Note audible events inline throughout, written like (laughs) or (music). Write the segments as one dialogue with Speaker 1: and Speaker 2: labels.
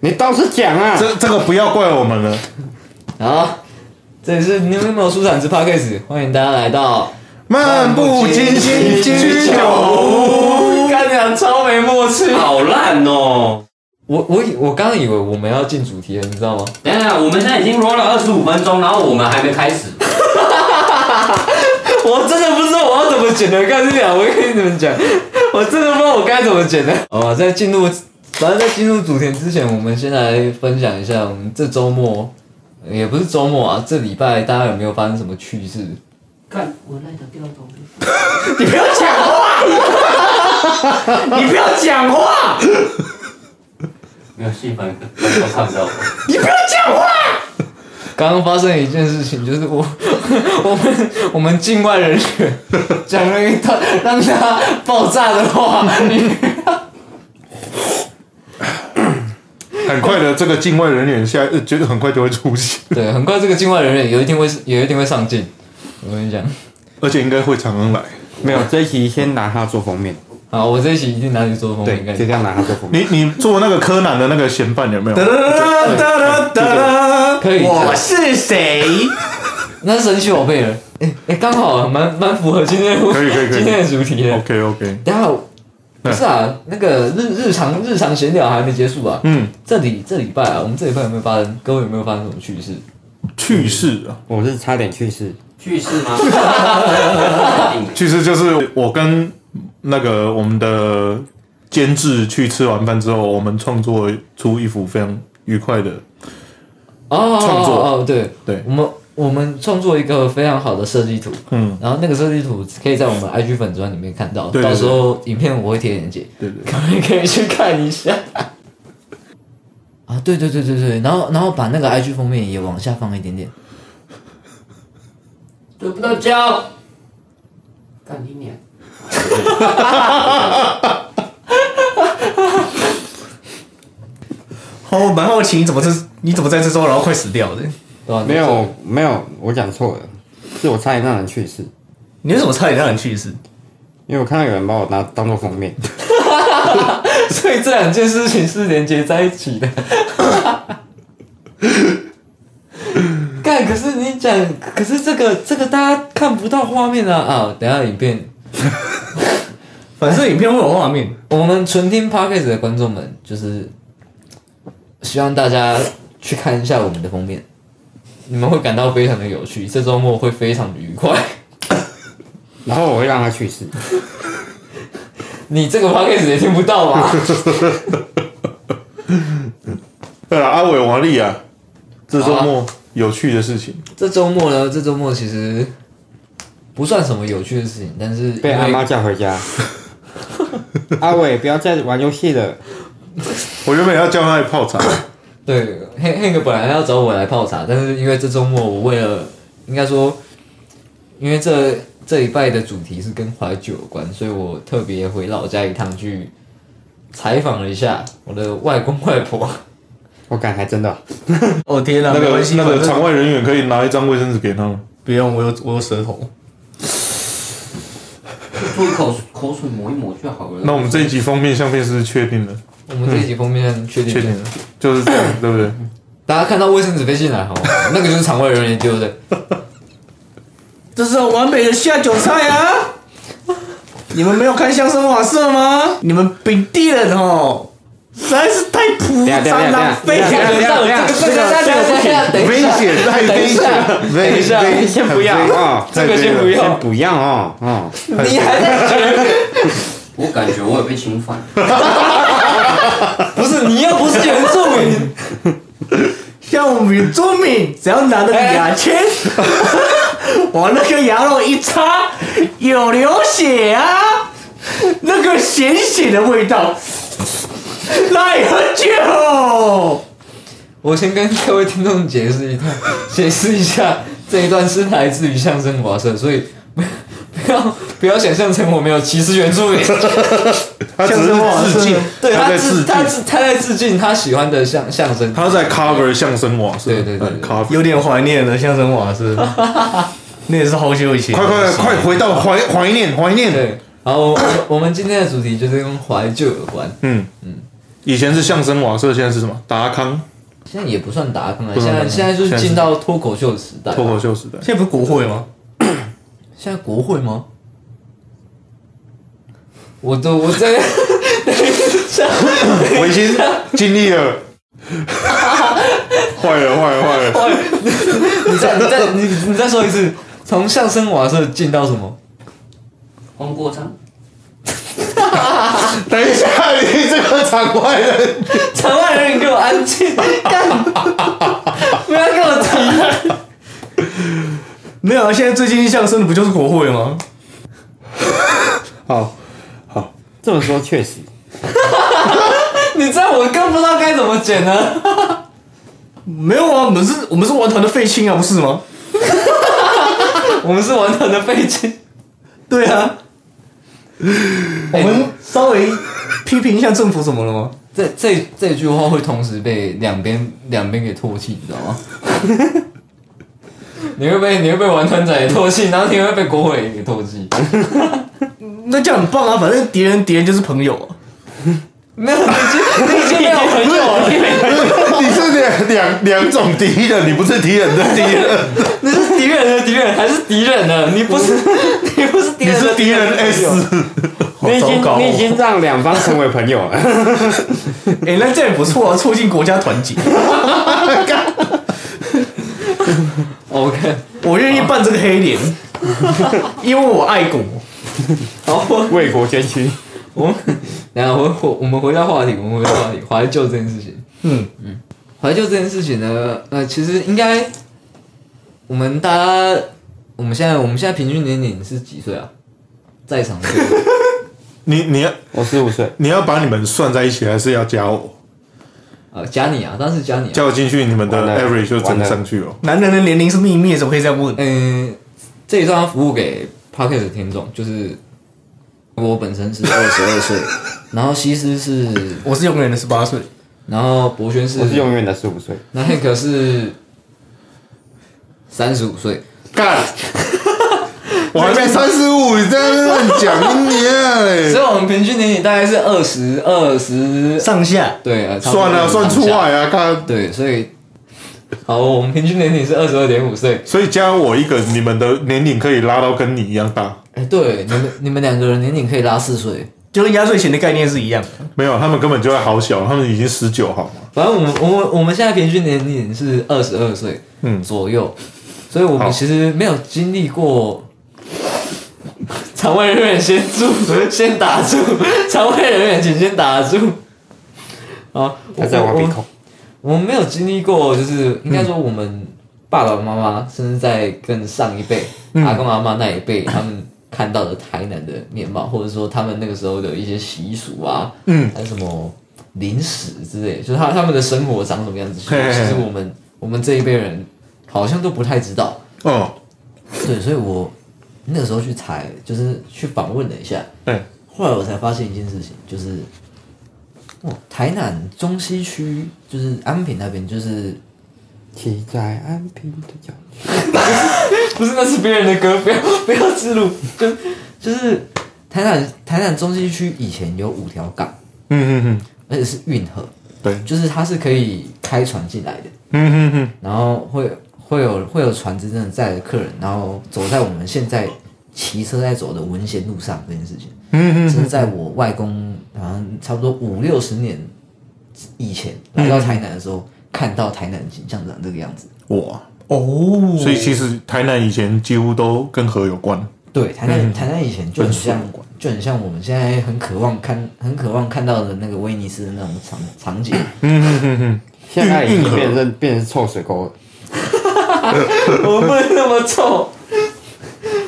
Speaker 1: 你倒是讲啊！
Speaker 2: 这这个不要怪我们了。
Speaker 3: 好，这里是 New Emo 舒展之 Podcast，欢迎大家来到。
Speaker 2: 漫不经心居酒屋，
Speaker 3: 干娘超没默契。
Speaker 1: 好烂哦！
Speaker 3: 我我以我刚刚以为我们要进主题了，你知道吗？
Speaker 1: 等一下，我们现在已经 roll 了二十五分钟，然后我们还没开始。
Speaker 3: (laughs) 我真的不知道我要怎么剪的，干这样我跟你们讲， (laughs) 我真的不知道我该怎么剪的。哦，在进入，反正在进入主题之前，我们先来分享一下我们这周末，也不是周末啊，这礼拜大家有没有发生什么趣事？
Speaker 1: 看，我赖的掉东西。你不要讲话！你不要讲话！没有戏份，都看不到我。你不要讲话！
Speaker 3: 刚刚发生了一件事情，就是我 (laughs) 我们我们境外人员讲了一段让他爆炸的话， (laughs) 你
Speaker 2: 很快的，这个境外人员现在觉得很快就会出现，
Speaker 3: 对，很快这个境外人员有一天会有一天会上镜，我跟你讲。
Speaker 2: 而且应该会常常来。
Speaker 4: 没有，这一期先拿它做封面，
Speaker 3: 好，我这一期一定拿你做封面，
Speaker 4: 就这样拿它做封
Speaker 2: (laughs)
Speaker 4: 面。
Speaker 2: 你你做那个柯南的那个嫌犯有没有？
Speaker 3: 可以。
Speaker 4: 是谁？
Speaker 3: (laughs) 那神奇宝贝了，哎、哎，刚、好蛮蛮符合今天的
Speaker 2: 可以可以可以
Speaker 3: 今天的主题的。
Speaker 2: OK OK，
Speaker 3: 等一下不是啊，那个日日常日常闲聊还没结束啊。
Speaker 2: 嗯，
Speaker 3: 这里这礼拜啊，我们这礼拜有没有发生？各位有没有发生什么趣事？
Speaker 2: 去世啊，
Speaker 4: 我是差点去世，
Speaker 1: 去世吗？
Speaker 2: 去世就是我跟那个我们的监制去吃完饭之后，我们创作出一幅非常愉快的，
Speaker 3: 哦哦
Speaker 2: 创作
Speaker 3: 哦，哦对
Speaker 2: 对
Speaker 3: 我们我们创作一个非常好的设计图，
Speaker 2: 嗯，
Speaker 3: 然后那个设计图可以在我们 IG 粉专里面看到，
Speaker 2: 对对
Speaker 3: 到时候影片我会贴链接，
Speaker 2: 对对对
Speaker 3: 各位可以去看一下。 (laughs) 啊，对对对对对，然后然后把那个 IG 封面也往下放一点点。
Speaker 1: 得不到胶。干你娘！
Speaker 5: 哦，蛮好奇你怎么这你怎么在这周然后快死掉的？
Speaker 3: 对吧
Speaker 4: 没，有没有，我讲错了，是我差点让人去世，
Speaker 5: 你为什么差点让人去世？
Speaker 4: 因为我看到有人把我拿当做封
Speaker 2: (laughs)
Speaker 4: 面。
Speaker 3: (laughs) 所以这两件事情是连接在一起的。 (laughs) 干，可是你讲，可是这个这个大家看不到画面啊啊！等一下影片
Speaker 5: 反正影片会有画面，
Speaker 3: 我们纯听 podcast 的观众们，就是希望大家去看一下我们的封面，你们会感到非常的有趣，这周末会非常的愉快。
Speaker 4: 然后我会让他去世，
Speaker 3: 你这个 podcast 也听不到吧？ (laughs)
Speaker 2: 对了，阿伟王力啊，这周
Speaker 3: 好
Speaker 2: 末有趣的事情，
Speaker 3: 这周末呢？这周末其实不算什么有趣的事情，但是
Speaker 4: 被
Speaker 3: 因
Speaker 4: 阿
Speaker 3: 为
Speaker 4: 妈叫回
Speaker 2: (laughs)
Speaker 4: 家。阿伟，不要再玩游戏了。
Speaker 2: 我原本要叫他来泡茶，
Speaker 3: 对黑黑哥本来要找我来泡茶，但是因为这周末我为了应该说，因为这这礼拜的主题是跟怀旧有关，所以我特别回老家一趟去采访了一下我的外公外婆。 (laughs)
Speaker 4: 我感还真的，
Speaker 5: 哦天哪，
Speaker 2: 那
Speaker 5: 没
Speaker 2: 个
Speaker 5: 关系，
Speaker 2: 那个
Speaker 5: 反正
Speaker 2: 场外人员可以拿一张卫生纸给他吗？
Speaker 5: 不用，我有我有舌头。
Speaker 1: 吐一口口水抹一抹就好了。
Speaker 2: 那我们这一集封面相片是不是确定了，
Speaker 3: 我们这一集封面确
Speaker 4: 嗯
Speaker 3: 定
Speaker 2: 确定了，就是这样，对不对？
Speaker 3: 大家看到卫生纸飞进来，好吗，那个就是场外人员丢的。
Speaker 5: 这是完美的下酒菜啊！你们没有看相声瓦舍吗？你们本地人哦，实在是太
Speaker 4: 等
Speaker 5: 铺
Speaker 4: 一下等一下
Speaker 5: 张浪费
Speaker 4: 等一下
Speaker 5: 了。
Speaker 4: 等一下等一下
Speaker 3: 这个这个这个等一下，
Speaker 2: 险，太
Speaker 3: 等一下，等一下，
Speaker 4: 先不要哦，
Speaker 3: 这个先不
Speaker 4: 先
Speaker 3: 要，
Speaker 4: 不要哦，哦，
Speaker 3: 你还在学？
Speaker 1: (laughs) 我感觉我也被侵犯。
Speaker 3: (laughs) 不是你又不是原住民。
Speaker 5: 像我们朱敏，只要拿那个牙签，
Speaker 2: 哎
Speaker 5: (laughs) 往那个牙肉一插，有流血啊，那个咸血的味道，来喝酒。
Speaker 3: 我先跟各位听众解释一下，解释一下这一段是来自于相声瓦舍，所以不不要不要想象成我没有歧视原著
Speaker 2: (laughs)
Speaker 3: 民，
Speaker 2: 他只是致敬，
Speaker 3: 对
Speaker 2: 他
Speaker 3: 他
Speaker 2: 在
Speaker 3: 致
Speaker 2: 致
Speaker 3: 他
Speaker 2: 敬，
Speaker 3: 致他在致敬他喜欢的相相声，
Speaker 2: 他在 cover 相声瓦是吧
Speaker 3: 对对对对
Speaker 2: 嗯，cover。
Speaker 5: 有点怀念了，相声瓦啊 (laughs) 是，那也是好久以前。
Speaker 2: 快快快，回到怀怀念怀念，
Speaker 3: 对。好，我我我们今天的主题就是跟怀旧有关，
Speaker 2: 嗯，以前是相声瓦舍，现在是什么？达康
Speaker 3: 现在也不算达康了，
Speaker 2: 不
Speaker 3: 现
Speaker 2: 算
Speaker 3: 在
Speaker 2: 达康
Speaker 3: 现在就
Speaker 2: 现
Speaker 3: 是
Speaker 2: 在是
Speaker 3: 进到脱口秀时代。
Speaker 2: 脱口秀时代。
Speaker 5: 现在不是国会吗？
Speaker 3: 现在国会吗？我都我
Speaker 2: (laughs)
Speaker 3: 在
Speaker 2: 我已经经历了，坏了，坏了，坏了！
Speaker 3: 你再你再你你再说一次，从相声瓦舍进到什么？
Speaker 1: 黄国昌，
Speaker 2: 等一下，你这个场外人，
Speaker 3: 场外人，你给我安静！干，不要跟我提。
Speaker 5: 没有啊，现在最接近相声的不就是国会吗？
Speaker 2: 好，
Speaker 4: 这么说确实，
Speaker 3: 你这样我更不知道该怎么剪 (laughs) 了。
Speaker 5: 没有啊，我们是我们是玩团的废青啊，不是吗？
Speaker 3: 我们是完全的废青。
Speaker 5: 对啊，我们稍微批评一下政府怎么了吗？
Speaker 3: 这哎这这句话会同时被两边两边给唾弃，你知道吗？ (laughs) 你会被你会被玩团仔唾弃，然后你会被国会给唾弃。
Speaker 5: 那这样很棒啊，反正敌人敌人就是朋友啊。
Speaker 3: 没有，你已经你已经没有朋友了，
Speaker 2: 你是两两两种敌人，你不是敌人的敌人，
Speaker 3: (laughs) 你是敌人的敌人，还是敌人呢？你不是 (laughs) 你不是
Speaker 2: 你
Speaker 3: 敌人哎
Speaker 2: 是
Speaker 3: 的
Speaker 2: 敌人 S。 (laughs)
Speaker 4: 你已
Speaker 2: 糟糕
Speaker 4: 经你已 (laughs) 经让两方成为朋友
Speaker 2: (laughs)
Speaker 4: 了。
Speaker 5: 哎、那这样也不错啊，促进国家团结。
Speaker 3: ，OK，
Speaker 5: 我愿意扮这个黑脸，因为我爱国。
Speaker 3: 好，我
Speaker 4: 为国捐躯，
Speaker 3: 我们然后回我们回到话题，我们回到话题，怀旧这件事情。
Speaker 5: 嗯，
Speaker 3: 怀旧这件事情呢，呃，其实应该我们大家，我们现在我们现在平均年龄是几岁啊？在场的各位
Speaker 2: 你你要
Speaker 4: 我十五岁，
Speaker 2: 你要把你们算在一起，还是要加我？
Speaker 3: 呃，加你啊，当然是加你啊。
Speaker 2: 加我进去，你们的
Speaker 4: 完了
Speaker 2: average 就
Speaker 4: 完
Speaker 2: 增
Speaker 4: 了
Speaker 2: 上去哦了。
Speaker 5: 男人的年龄是秘密，怎么可以这样问？
Speaker 3: 嗯、这一段要服务给 Pocket 的听众，就是我本身是二十二岁，然后西施是，
Speaker 5: 我是永远的十八岁，
Speaker 3: 然后博轩是
Speaker 4: 我，是永远的十五岁。
Speaker 3: 那 Hank 是三十五岁。
Speaker 2: 干， (laughs) 我还没三十五，你在那边乱讲，你娘
Speaker 3: (laughs) 所
Speaker 4: (laughs)
Speaker 2: 嘞！
Speaker 3: 以我们平均年龄大概是二十二十，
Speaker 5: 上下
Speaker 3: 对啊，差不多
Speaker 2: 算了，算出来啊，看。
Speaker 3: 对，所以好，我们平均年龄是二十二点五岁。
Speaker 2: 所以加我一个，你们的年龄可以拉到跟你一样大。
Speaker 3: 哎，对，你们你们两个人年龄可以拉四岁。
Speaker 5: 就跟压岁钱的概念是一样的。
Speaker 2: 没有，他们根本就在好小，他们已经十九好吗？
Speaker 3: 反正我们我们我们现在平均年龄是二十二岁
Speaker 2: 嗯
Speaker 3: 左右，所以我们
Speaker 2: 好
Speaker 3: 其实没有经历过。 (laughs) 肠胃人员先住，先打住。 (laughs) 肠胃人员，请先打住。啊，
Speaker 4: 他在挖
Speaker 3: 我
Speaker 4: 鼻
Speaker 3: 我
Speaker 4: 孔，
Speaker 3: 我们没有经历过，就是应该说我们爸爸妈妈，甚至在跟上一辈、
Speaker 2: 嗯
Speaker 3: 阿公阿妈那一辈，他们看到的台南的面貌，或者说他们那个时候的一些习俗啊，
Speaker 2: 嗯，
Speaker 3: 还有什么零食之类，就是他他们的生活长什么样子，其
Speaker 2: 嘿嘿嘿
Speaker 3: 实我们我们这一辈人好像都不太知道。
Speaker 4: 嗯
Speaker 2: 哦，
Speaker 3: 对，所以我那个时候去采，就是去访问了一下，
Speaker 2: 对，
Speaker 3: 后来我才发现一件事情，就是，哇，台南中西区就是安平那边，就是
Speaker 4: 骑在安平的脚步，
Speaker 3: (laughs) 不是那是别人的歌，不要 (laughs) 不要自录，就就是台南台南中西区以前有五条港，
Speaker 2: 嗯嗯嗯，
Speaker 3: 而且是运河，
Speaker 2: 对，
Speaker 3: 就是它是可以开船进来的，
Speaker 2: 嗯嗯嗯，
Speaker 3: 然后会会有会有船只真的载着客人，然后走在我们现在骑车在走的文贤路上这件事情，嗯嗯，是在我外公好像差不多五六十年以前来到台南的时候，看到台南的景象长这个样子。
Speaker 2: 哇！
Speaker 5: 哦，
Speaker 2: 所以其实台南以前几乎都跟河有关。
Speaker 3: 对，台南、台南以前就很像，就很像我们现在很渴望看、很渴望看到的那个威尼斯的那种场场景。
Speaker 4: 现在已
Speaker 2: 运
Speaker 4: 经
Speaker 2: 河
Speaker 4: 变成变成臭水沟了。
Speaker 3: 我不能那么臭，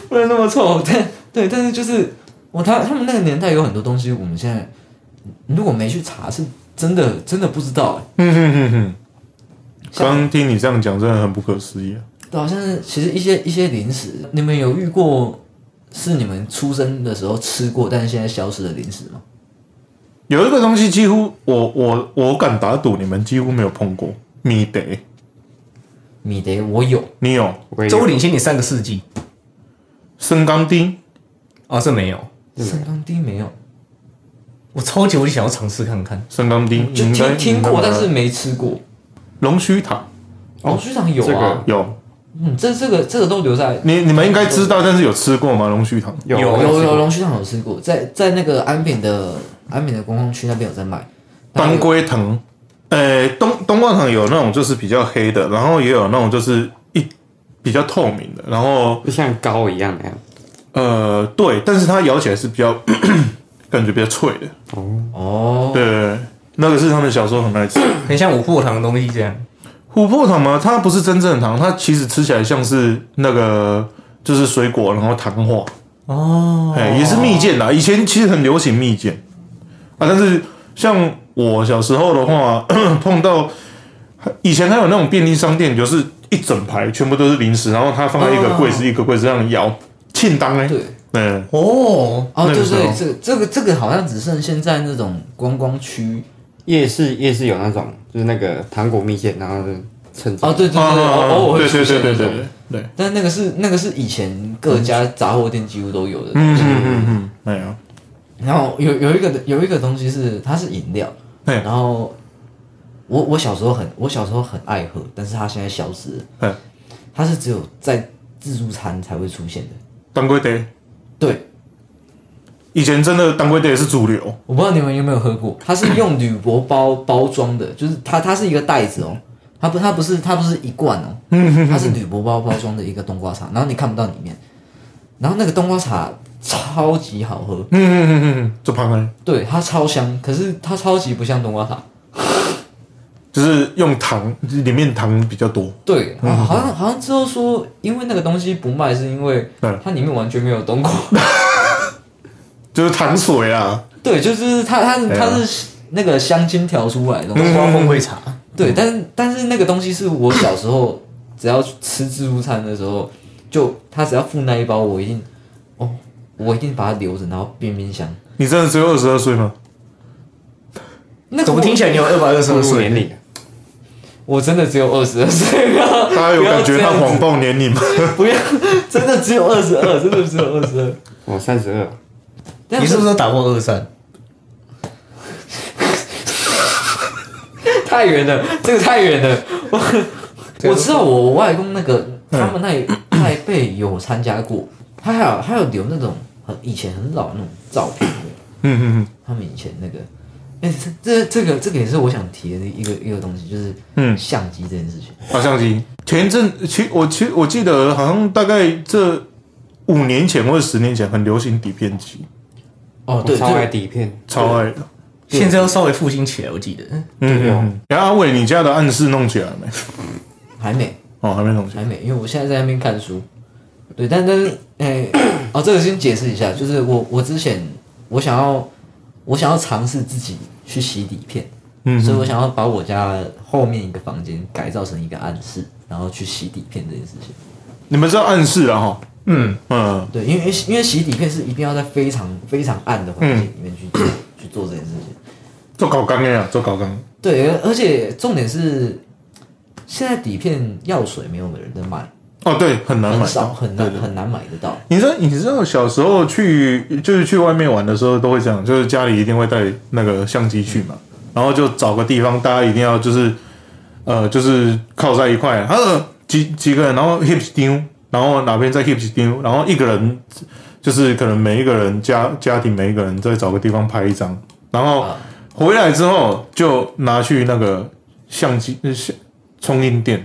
Speaker 3: 不能那么臭。但对，但是就是我他他们那个年代有很多东西，我们现在如果没去查，是真的真的不知道、欸。
Speaker 2: 嗯嗯嗯嗯，
Speaker 4: 啊
Speaker 2: 刚听你这样讲，真的很不可思议啊！
Speaker 3: 对，好像是其实一些一些零食，你们有遇过是你们出生的时候吃过，但是现在消失的零食吗？
Speaker 2: 有一个东西几乎我我我敢打赌，你们几乎没有碰过米德，
Speaker 3: 米德我有，
Speaker 2: 你有
Speaker 4: 我也有
Speaker 5: 周领先你三个世纪
Speaker 2: 生钢钉？
Speaker 5: 哦，这没有。
Speaker 3: 三缸丁没有。
Speaker 5: 我超级无敌想要尝试看看。
Speaker 2: 生钢钉
Speaker 3: 就
Speaker 2: 应该
Speaker 3: 听听过，但是
Speaker 2: 应该
Speaker 3: 没吃过。
Speaker 2: 龙须塔哦
Speaker 3: 龙须糖有
Speaker 4: 这
Speaker 3: 啊
Speaker 4: 个，
Speaker 2: 有
Speaker 3: 嗯，这这个这个都留在
Speaker 2: 你你们应该知道，但是有吃过吗？龙须塔
Speaker 4: 有
Speaker 3: 有有有龙须糖有吃过，在在那个安平的安平的观光区那边有在卖。
Speaker 2: 当归藤，呃，东东冠藤有那种就是比较黑的，然后也有那种就是一比较透明的，然后
Speaker 4: 就像膏一样那样。
Speaker 2: 呃，对，但是它咬起来是比较 (coughs) 感觉比较脆的，
Speaker 3: 哦，
Speaker 2: 对，那个是他们小时候很爱吃。
Speaker 5: 很像五货堂的东西这样。
Speaker 2: 琥珀糖吗？它不是真正的糖，它其实吃起来像是那个就是水果，然后糖化。哦，哎，也是蜜饯啦。以前其实很流行蜜饯啊，但是像我小时候的话， (clears throat) 碰到以前还有那种便利商店，就是一整排全部都是零食，然后它放在一个柜子、一个柜子让你摇，庆当哎，
Speaker 3: 对，
Speaker 2: 嗯，
Speaker 5: 哦，
Speaker 3: 哦，
Speaker 2: 那
Speaker 3: 对
Speaker 2: 个时候
Speaker 3: 对，这个这个这个好像只剩现在那种观光区。
Speaker 4: 夜市夜市有那种，就是那个糖果蜜饯，然后就趁
Speaker 3: 哦，对对对，
Speaker 2: 啊
Speaker 3: 偶偶尔会
Speaker 2: 对
Speaker 3: 出
Speaker 2: 对对
Speaker 3: 现
Speaker 2: 对
Speaker 3: 那
Speaker 2: 对
Speaker 3: 种。
Speaker 2: 对，
Speaker 3: 但那个是那个是以前各家杂货店几乎都有的。
Speaker 2: 嗯嗯嗯嗯，没有，
Speaker 3: 然后有有一个有一个东西是它是饮料，
Speaker 2: 对
Speaker 3: 然后我我小时候很我小时候很爱喝，但是它现在消失了。
Speaker 2: 嗯，
Speaker 3: 它是只有在自助餐才会出现的。
Speaker 2: 当归爹，
Speaker 3: 对，
Speaker 2: 以前真的当归爹是主流。
Speaker 3: 我不知道你们有没有喝过，它是用铝箔包包装的，就是它它是一个袋子哦，它不它不是它不是一罐 (laughs) 哦，它是铝箔包包装的一个冬瓜茶，然后你看不到里面，然后那个冬瓜茶超级好喝，
Speaker 2: 嗯嗯嗯嗯嗯，就旁边
Speaker 3: 对它超香，可是它超级不像冬瓜茶，
Speaker 2: 就是用糖，里面糖比较多。
Speaker 3: 对，好好像好像之后说，因为那个东西不卖，是因为
Speaker 2: 嗯
Speaker 3: 它里面完全没有冬瓜。 (laughs)
Speaker 2: 就是糖水啊，
Speaker 3: 对，就是它它是
Speaker 2: 对啊
Speaker 3: 它是那个香精调出来的东西。
Speaker 5: 花风味茶，
Speaker 3: 对，但是但是那个东西是我小时候只要吃自助餐的时候，就他只要付那一包，我一定哦，我一定把它留着，然后冰冰箱。
Speaker 2: 你真的只有二十二岁 (laughs) 吗？
Speaker 3: 那个
Speaker 5: 怎么
Speaker 3: 我
Speaker 5: 听起来你有二百二十
Speaker 4: 步
Speaker 5: 二
Speaker 4: 入
Speaker 5: 岁
Speaker 4: 年？龄了，
Speaker 3: 我真的只有二十二岁啊！
Speaker 2: 大家有感觉他谎报年龄吗？
Speaker 3: (laughs) 不要这样子，不要真的只有二十二，真的只有二十二。
Speaker 4: 我三十二，
Speaker 3: 但
Speaker 5: 你是不是都打过二三？
Speaker 3: 太远了，这个太远了。 (laughs) 嗯我我知道我外公那个他们那 (coughs) 一那一辈有参加过，他还有还有留那种很以前很老的那种照片的，
Speaker 2: 嗯嗯
Speaker 3: 他们以前那个。哎、这这这个这个也是我想提的一个一个东西，就是
Speaker 2: 嗯
Speaker 3: 相机这件事情。
Speaker 2: 嗯，好相机。前一阵其我其我记得好像大概这五年前或者十年前很流行底片机，
Speaker 3: 哦，
Speaker 4: 我
Speaker 3: 对，
Speaker 4: 超爱
Speaker 3: 对，
Speaker 4: 底片，
Speaker 2: 超爱的。
Speaker 5: 现在又稍微复兴起来，我记得。
Speaker 2: 嗯
Speaker 4: 对哦
Speaker 2: 嗯，然后阿伟，你家的暗示弄起来了没？
Speaker 3: 还没
Speaker 2: 哦，还没弄起来。
Speaker 3: 还没，因为我现在在那边看书。对，但但是，哎、哦，这个先解释一下，就是我我之前我想要我想要尝试自己去洗底片，
Speaker 2: 嗯，
Speaker 3: 所以我想要把我家后面一个房间改造成一个暗室，然后去洗底片这件事情。
Speaker 2: 你们知道暗示啊哈？
Speaker 5: 嗯，
Speaker 2: 嗯，
Speaker 3: 对，因为因为洗底片是一定要在非常非常暗的环境里面去做、
Speaker 2: 嗯
Speaker 3: 去做这件事情。
Speaker 2: 做搞钢的呀，做搞钢。
Speaker 3: 对，而且重点是，现在底片药水没有人在卖，
Speaker 2: 哦，对，很难买
Speaker 3: 很
Speaker 2: 到，
Speaker 3: 少很难
Speaker 2: 对对
Speaker 3: 很难买得到。
Speaker 2: 你知道，你知道小时候去就是去外面玩的时候都会这样，就是家里一定会带那个相机去嘛，然后就找个地方，大家一定要就是呃就是靠在一块，呃几几个人，然后 hips 丢，然后哪边再 hips 丢，然后一个人就是可能每一个人家家庭每一个人再找个地方拍一张，然后
Speaker 3: 啊
Speaker 2: 回来之后就拿去那个相机呃相冲印店，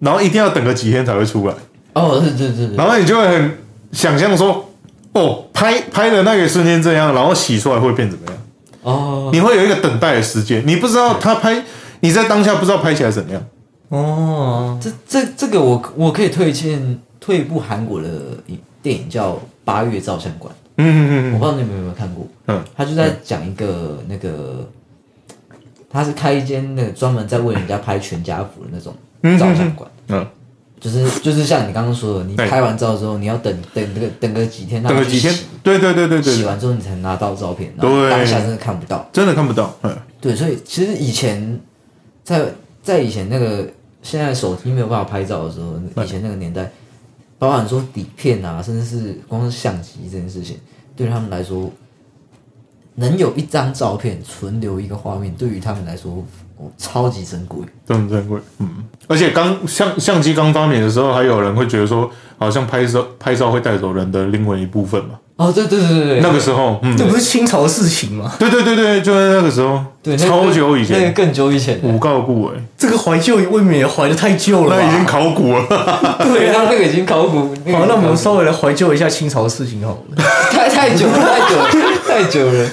Speaker 2: 然后一定要等个几天才会出来。
Speaker 3: 哦，对对对对，
Speaker 2: 然后你就会很想象说，哦，拍拍的那个瞬间这样，然后洗出来会变怎么样？
Speaker 3: 哦，
Speaker 2: 你会有一个等待的时间，你不知道他拍，你在当下不知道拍起来怎么样。
Speaker 5: 哦，
Speaker 3: 这这这个我我可以推荐推一部韩国的影电影叫《八月照相馆》。
Speaker 2: 嗯嗯
Speaker 3: 我不知道你们有没有看过，
Speaker 2: 嗯
Speaker 3: 他就在讲一个那个，他是开一间那个专门在为人家拍全家福的那种
Speaker 2: 嗯
Speaker 3: 照相馆，
Speaker 2: 嗯嗯，
Speaker 3: 就是就是像你刚刚说的，你
Speaker 2: 对
Speaker 3: 拍完照之后，你要等等个等个几
Speaker 2: 嗯
Speaker 3: 天，
Speaker 2: 等个
Speaker 3: 让它去
Speaker 2: 几天
Speaker 3: 洗，
Speaker 2: 对对对对
Speaker 3: 洗
Speaker 2: 对，
Speaker 3: 完之后你才拿到照片，然后
Speaker 2: 对
Speaker 3: 当下真的看不到。
Speaker 2: 真的看不到。嗯，
Speaker 3: 对，所以其实以前在在以前那个现在手机没有办法拍照的时候，以前那个年代，包含说底片啊，甚至是光是相机这件事情，对他们来说，能有一张照片存留一个画面，对于他们来说，哦，超级珍贵。
Speaker 2: 都很珍贵。嗯，而且刚相相机刚发明的时候，还有人会觉得说，好像拍照拍照会带走人的灵魂一部分嘛。
Speaker 3: 哦，对对对对对，
Speaker 2: 那个时候，嗯，
Speaker 5: 这不是清朝的事情吗？
Speaker 2: 对对对对，就在那个时候，
Speaker 3: 对那
Speaker 2: 超久以
Speaker 3: 那个
Speaker 2: 前，
Speaker 3: 更久
Speaker 2: (laughs)
Speaker 3: 以前的，
Speaker 2: 五告部哎，
Speaker 5: 这个怀旧未免也怀的太旧了吧？
Speaker 2: 那已经考古了。
Speaker 3: 对，那那个已经考古，那
Speaker 2: 哦
Speaker 5: 好，
Speaker 3: 个
Speaker 5: 那我们稍微来怀旧一下清朝的事情好了。
Speaker 3: (laughs) 太太久了，太久
Speaker 2: (laughs)
Speaker 3: 了，太久了。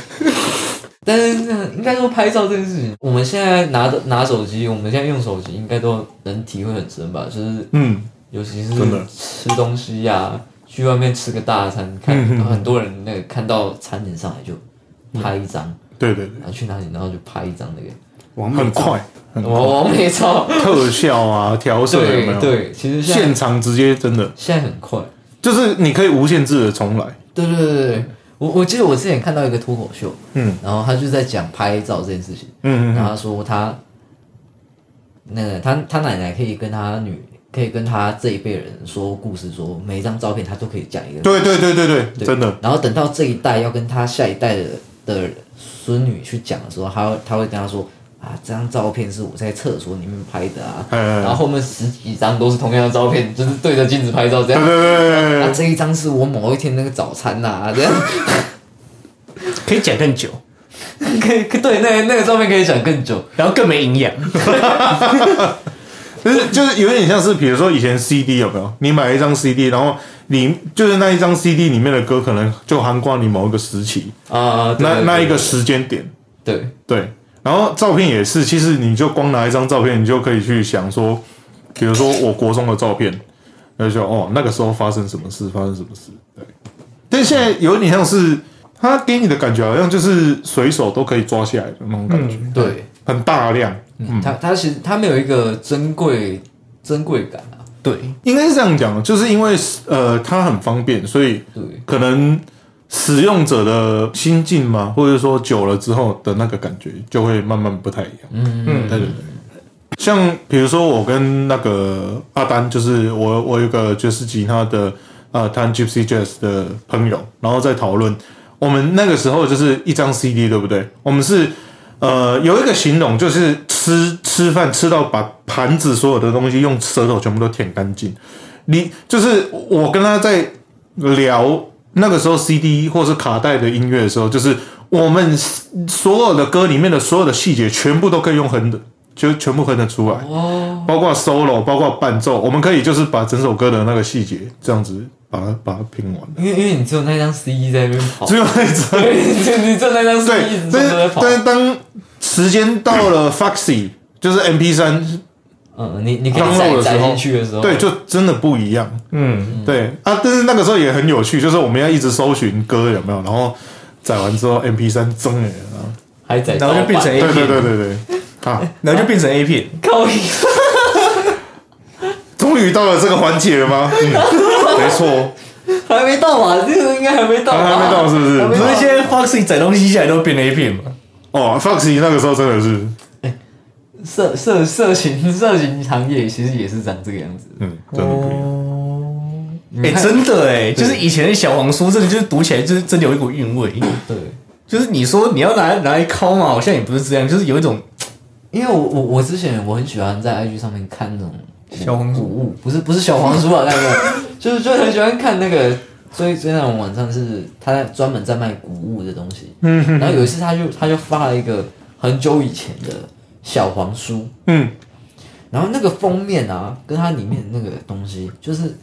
Speaker 3: 但是那应该说拍照这件事情，我们现在拿的拿手机，我们现在用手机，应该都能体会很深吧？就是
Speaker 2: 嗯，
Speaker 3: 尤其是
Speaker 2: 真的
Speaker 3: 吃东西呀、去外面吃个大餐，看、
Speaker 2: 嗯嗯嗯
Speaker 3: 很多人那个看到餐点上来就拍一张，
Speaker 2: 对对对，
Speaker 3: 然后去哪里，然后就拍一张那个
Speaker 4: 王美
Speaker 2: 很快，很
Speaker 3: 完完美照。
Speaker 2: (laughs) 特效啊，调色有没
Speaker 3: 对
Speaker 2: 有？，
Speaker 3: 对，其实现
Speaker 2: 现
Speaker 3: 在
Speaker 2: 场直接真的
Speaker 3: 现在很快。
Speaker 2: 就是你可以无限制的重来。
Speaker 3: 对对对对对，我我记得我之前看到一个脱口秀，
Speaker 2: 嗯
Speaker 3: 然后他就在讲拍照这件事情，
Speaker 2: 嗯嗯
Speaker 3: 然后
Speaker 2: 嗯，
Speaker 3: 他说他那个他他奶奶可以跟他女可以跟他这一辈人说故事说，每一张照片他都可以讲一个，
Speaker 2: 对对对对对，
Speaker 3: 对
Speaker 2: 真的。
Speaker 3: 然后等到这一代要跟他下一代的的孙女去讲的时候，他会他会跟他说。啊，这张照片是我在厕所里面拍的啊，
Speaker 2: 哎哎哎
Speaker 3: 然后后面十几张都是同样的照片，就是对着镜子拍照这
Speaker 2: 对
Speaker 3: 样
Speaker 2: 对。对对
Speaker 3: 啊，
Speaker 2: 对，
Speaker 3: 这一张是我某一天那个早餐呐、啊，这样 (laughs)
Speaker 5: 可以讲更久，
Speaker 3: 可以对那那个照片可以讲更久。
Speaker 5: 然后更没营养。
Speaker 2: 就是就是有点像是，比如说以前 CD 有没有？你买一张 CD，然后你就是那一张 CD 里面的歌，可能就涵盖你某一个时期，
Speaker 3: 啊，对
Speaker 2: 那
Speaker 3: 对
Speaker 2: 那
Speaker 3: 对
Speaker 2: 一个时间点。
Speaker 3: 对
Speaker 2: 对，然后照片也是，其实你就光拿一张照片，你就可以去想说，比如说我国中的照片，那就哦那个时候发生什么事，发生什么事。对，但现在有点像是它给你的感觉，好像就是随手都可以抓起来的那种感觉，
Speaker 3: 对，
Speaker 2: 很大量。
Speaker 3: 他他其实他没有一个珍贵珍贵感啊，
Speaker 5: 对，
Speaker 2: 应该是这样讲，就是因为呃它很方便，所以
Speaker 3: 对
Speaker 2: 可能使用者的心境嘛，或者说久了之后的那个感觉，就会慢慢不太一样。嗯嗯，对对对。像比如说我跟那个阿丹，就是我我有一个爵士吉他的呃弹 Gypsy Jazz 的朋友，然后在讨论我们那个时候就是一张 CD 对不对？我们是呃有一个形容就是吃吃饭吃到把盘子所有的东西用舌头全部都舔干净。你就是我跟他在聊那个时候 CD 或是卡带的音乐的时候，就是我们所有的歌里面的所有的细节，全部都可以用哼的，就全部哼得出来。哦，包括 solo，包括伴奏，我们可以就是把整首歌的那个细节这样子把它把它拼完。
Speaker 3: 因为因为你只有那张 CD 在那边跑，
Speaker 2: 只有那一张
Speaker 3: 对， (laughs) 你只你只有那张 CD
Speaker 2: 对
Speaker 3: 一直，
Speaker 2: 但
Speaker 3: 都在
Speaker 2: 是
Speaker 3: 跑。
Speaker 2: 但是当时间到了 Foxy，就是 MP 三
Speaker 3: 嗯，你你可
Speaker 2: 刚
Speaker 3: 以
Speaker 2: 漏的
Speaker 3: 载载
Speaker 2: 时候
Speaker 3: 进去的时候，
Speaker 2: 对，就真的不一样。
Speaker 5: 嗯，
Speaker 2: 对啊，但是那个时候也很有趣，就是我们要一直搜寻歌有没有，然后载完之后 MP 三增了，然后
Speaker 3: 还载
Speaker 5: 然
Speaker 3: 盗
Speaker 5: 后就
Speaker 3: 版，
Speaker 5: 变成 A
Speaker 2: 对对
Speaker 5: 片，
Speaker 2: 对对对，啊，
Speaker 5: 然后就变成 A 片。
Speaker 3: 靠一
Speaker 2: 终于到了这个环节了
Speaker 3: (laughs)
Speaker 2: 吗？嗯，没错，
Speaker 3: 还没到吧？这个应该还没到
Speaker 2: 还
Speaker 3: 吧，
Speaker 2: 还没到是不是？
Speaker 5: 不是现在 Foxy 载东西下来都变 A 片吗？
Speaker 2: 哦，Foxy 那个时候真的是，
Speaker 3: 色色色情色情行业其实也是长这个样子。
Speaker 2: 嗯，真的不一样。
Speaker 3: 哦
Speaker 5: 哎、真的哎、就是以前的小黄书，真的就是读起来就是真的有一股韵味。
Speaker 3: 对，
Speaker 5: 就是你说你要拿来拿来敲嘛，好像也不是这样，就是有一种
Speaker 3: 因为我我我之前我很喜欢在 IG 上面看那种
Speaker 5: 小红
Speaker 3: 古
Speaker 5: 书
Speaker 3: 物，不是不是小黄书啊，那
Speaker 5: (laughs)
Speaker 3: 个就是就很喜欢看那个追追那种网站是他在专门在卖古物的东西，嗯，然后有一次他就他就发了一个很久以前的小黄书，
Speaker 2: 嗯，
Speaker 3: 然后那个封面啊，跟它里面那个东西，就是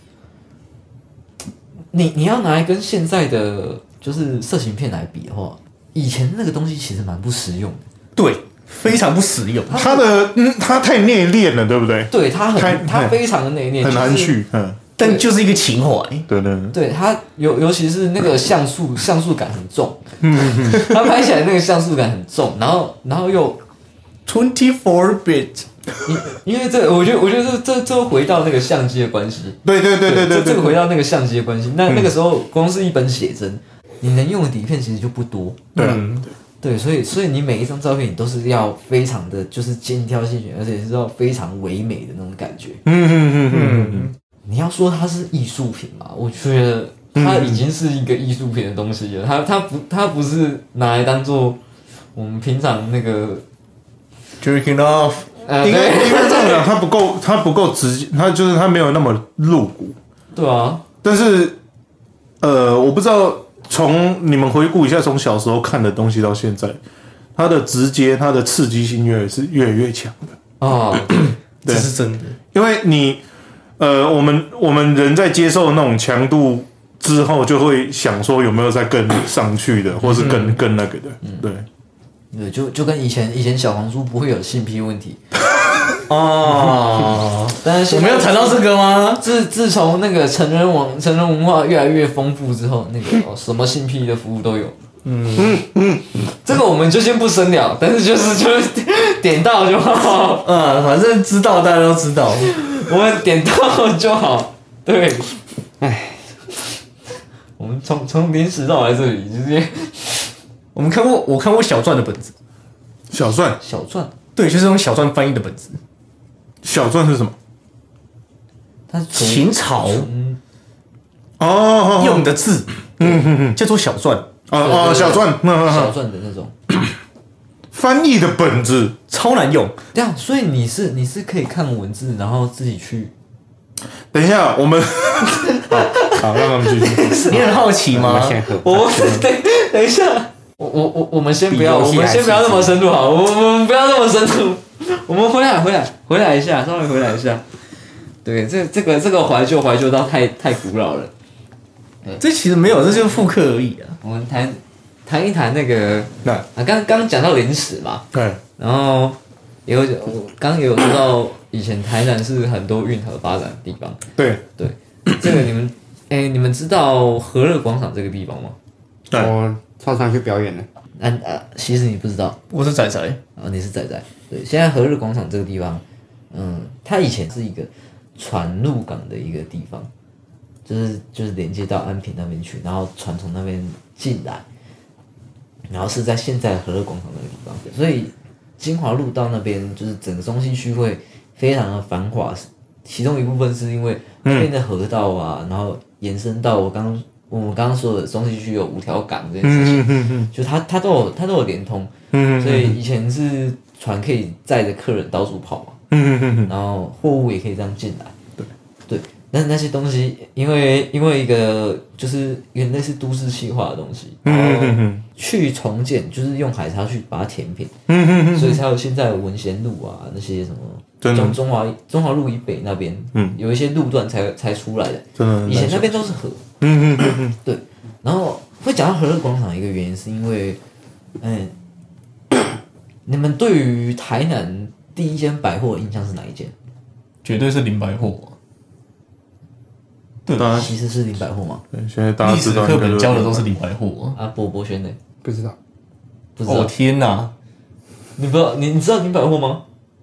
Speaker 3: 你你要拿来跟现在的就是色情片来比的话，以前那个东西其实蛮不实用的，
Speaker 5: 对，非常不实用。
Speaker 2: 他的嗯，他太内敛了，对不对？
Speaker 3: 对它
Speaker 2: 太
Speaker 3: 很它非常的内敛，
Speaker 2: 很
Speaker 3: 就是
Speaker 2: 含蓄，嗯，
Speaker 5: 但就是一个情怀，
Speaker 2: 对对对，
Speaker 3: 对它尤尤其是那个像素像素感很重，
Speaker 2: 嗯
Speaker 3: (laughs) 它拍起来那个像素感很重，然后然后又
Speaker 5: twenty four bit，
Speaker 3: 因因为这我觉得我觉得这这这回到那个相机的关系，
Speaker 2: 对对对对对
Speaker 3: 这这个回
Speaker 2: 对，嗯
Speaker 3: 到那个相机的关系，那那个时候光是一本写真，你能用的底片其实就不多，
Speaker 2: 对啊，
Speaker 3: 对，所以所以你每一张照片你都是要非常的就是精挑细选，而且是要非常唯美的那种感觉。
Speaker 2: 嗯嗯嗯嗯嗯，
Speaker 3: 你要说它是艺术品嘛，我觉得它已经是一个艺术品的东西了。它它不它不是拿来当做我们平常那个
Speaker 5: jerking off，
Speaker 3: 呃
Speaker 2: 应该
Speaker 3: 对
Speaker 2: 应该这样讲，它不够，它不够直接，它就是它没有那么露骨。
Speaker 3: 对啊，
Speaker 2: 但是，呃，我不知道从你们回顾一下，从小时候看的东西到现在，它的直接，它的刺激性越是越来越强的。
Speaker 3: 啊，
Speaker 5: 这是真的。
Speaker 2: 因为你，呃，我们我们人在接受那种强度之后，就会想说有没有再更上去
Speaker 5: 嗯
Speaker 2: 的，或是更更那个的，对。
Speaker 3: 对，就就跟以前以前小红书不会有性癖问题， (laughs)
Speaker 5: 哦，
Speaker 3: 但是
Speaker 5: 我
Speaker 3: 现
Speaker 5: 们
Speaker 3: 在
Speaker 5: 有谈到这个吗？
Speaker 3: 自自从那个成人网成人文化越来越丰富之后，那 (laughs) 个、哦、什么性癖的服务都有。嗯嗯，这个我们就先不深聊，但是就是就是点到就好，
Speaker 5: 嗯，反正知道大家都知道。
Speaker 3: 我们点到就好。对，唉，我们从从零食到来这里，直接
Speaker 5: 我们看过，我看过小篆的本子，
Speaker 2: 小钻，
Speaker 3: 小赚，
Speaker 5: 对，就是用小篆翻译的本子。
Speaker 2: 小钻是什么？
Speaker 3: 它是纯
Speaker 5: 秦朝
Speaker 2: 哦，
Speaker 5: 用的字，嗯嗯嗯，叫做小篆，
Speaker 2: 哦哦，小钻，嗯嗯
Speaker 3: 小
Speaker 2: 嗯
Speaker 3: 赚的那种。
Speaker 2: 翻译的本子，
Speaker 5: 超难用。
Speaker 3: 对啊，所以你是你是可以看文字，然后自己去
Speaker 2: 等一下，我们
Speaker 4: 啊
Speaker 2: 好，好，让他们继续。
Speaker 5: 你很好
Speaker 4: (laughs)
Speaker 5: 奇
Speaker 4: 我
Speaker 5: 吗
Speaker 4: 们？先喝。
Speaker 3: 我我 (laughs) 等等一下，我我我我们先不要，
Speaker 4: 比
Speaker 3: 我
Speaker 4: 游戏
Speaker 3: 们
Speaker 4: 还
Speaker 3: 先不
Speaker 4: 刺
Speaker 3: 要那
Speaker 4: 激
Speaker 3: 么深入好，我我们不要那么深入，我们回来回来回来一下，稍微回来一下。对，这这个这个怀旧怀旧到太太古老了，
Speaker 5: 这其实没有，这就是复刻而已啊。
Speaker 3: 我们谈谈一谈那个
Speaker 2: 那
Speaker 3: 啊，刚刚讲到零食嘛，
Speaker 2: 对，
Speaker 3: 然后也有我刚也有说到以前台南是很多运河发展的地方，
Speaker 2: 对，
Speaker 3: 对，这个你们哎、你们知道和乐广场这个地方吗？
Speaker 2: 对
Speaker 4: 我超常去表演的，
Speaker 3: 啊啊，其实你不知道，
Speaker 5: 我是仔仔，
Speaker 3: 啊，你是仔仔。对，现在和日广场这个地方，嗯，它以前是一个船入港的一个地方，就是就是连接到安平那边去，然后船从那边进来，然后是在现在的和日广场那个地方，所以金华路到那边就是整个中西区会非常的繁华，其中一部分是因为那边的河道啊，然后延伸到我刚刚我们刚刚说的中西区有五条港这件事情，就它它都有它都有连通，
Speaker 2: 嗯
Speaker 3: 所以以前是船可以载着客人到处跑嘛，
Speaker 2: 嗯嗯嗯
Speaker 3: 然后货物也可以这样进来。对，那那些东西，因为因为一个就是有点类似都市气化的东西，然后
Speaker 2: 嗯
Speaker 3: 去重建，就是用海沙去把它填平，
Speaker 2: 嗯嗯嗯，
Speaker 3: 所以才有现在的文贤路啊那些什么。
Speaker 2: 真的
Speaker 3: 中中华中华路以北那边，
Speaker 2: 嗯，
Speaker 3: 有一些路段才才出来的，
Speaker 2: 真的很
Speaker 3: 以
Speaker 2: 难
Speaker 3: 前那边都是河，
Speaker 2: 嗯嗯嗯嗯，
Speaker 3: 对，然后会讲到和乐广场一个原因是因为，嗯， (coughs) 你们对于台南第一间百货的印象是哪一间？
Speaker 5: 绝对是林百货。
Speaker 2: 当然，
Speaker 3: 其实是林百货吗？
Speaker 2: 对现在大家知道应该就
Speaker 5: 林百货。
Speaker 3: 啊，博博轩的，
Speaker 4: 不知道，
Speaker 3: 不知道，
Speaker 5: 哦天哪！
Speaker 3: 你不知道，你你知道林百货吗？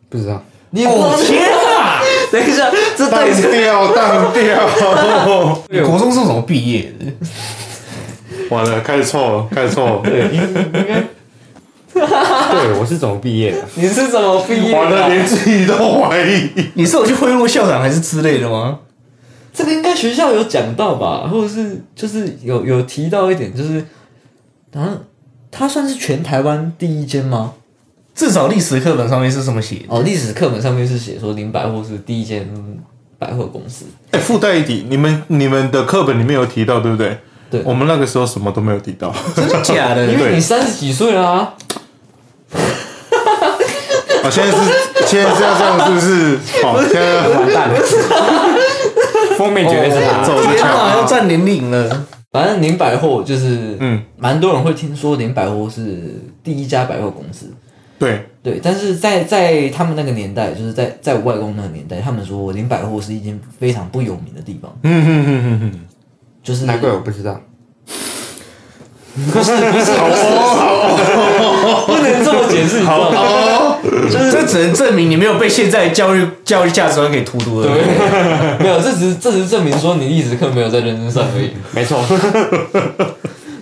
Speaker 4: 不知道。
Speaker 3: 你不知道
Speaker 5: 哦天哪！
Speaker 3: 等一下，这到底
Speaker 2: 淡
Speaker 3: 是
Speaker 2: 掉淡掉，
Speaker 5: 你国中是怎么毕业的？
Speaker 2: 完了，开始错了，开始错了，
Speaker 4: 对， (laughs) 对，我是怎么毕业的？
Speaker 3: (laughs) 你是怎么毕业
Speaker 2: 完了，
Speaker 3: 的？
Speaker 2: 连自己都怀疑。
Speaker 5: 你是有去贿赂校长还是之类的吗？
Speaker 3: 这个应该学校有讲到吧，或者是就是有有提到一点，就是好像它算是全台湾第一间吗？
Speaker 5: 至少历史课本上面是这么写的。
Speaker 3: 哦，历史课本上面是写说林百货是第一间百货公司，
Speaker 2: 哎，附带一题，你们你们的课本里面有提到对不对？
Speaker 3: 对
Speaker 2: 我们那个时候什么都没有提到，
Speaker 5: 真的假 (laughs) 的？
Speaker 3: 因
Speaker 2: 对
Speaker 3: 为你三十几岁啦、啊，
Speaker 2: 啊，现在是现在是要这样是不是？好，现在
Speaker 4: 完蛋了， (laughs) 封面绝对是他。
Speaker 2: 走着
Speaker 5: 天哪，要
Speaker 2: 瞧，
Speaker 5: 占年龄了。
Speaker 3: 反正林百货就是
Speaker 2: 嗯，
Speaker 3: 蛮多人会听说林百货是第一家百货公司，
Speaker 2: 对，
Speaker 3: 对，但是在在他们那个年代，就是在在我外公那个年代，他们说林百货是一间非常不有名的地方，
Speaker 2: 嗯嗯嗯嗯
Speaker 3: 就是
Speaker 4: 难怪我不知道，
Speaker 3: 不是不是好哦，不能这么解释，你知道吗？
Speaker 5: 这只能证明你没有被现在教育教育价值观给荼毒了。
Speaker 3: 对，没有，这只是这只是证明说你历史课没有在认真上而已。
Speaker 4: 没错，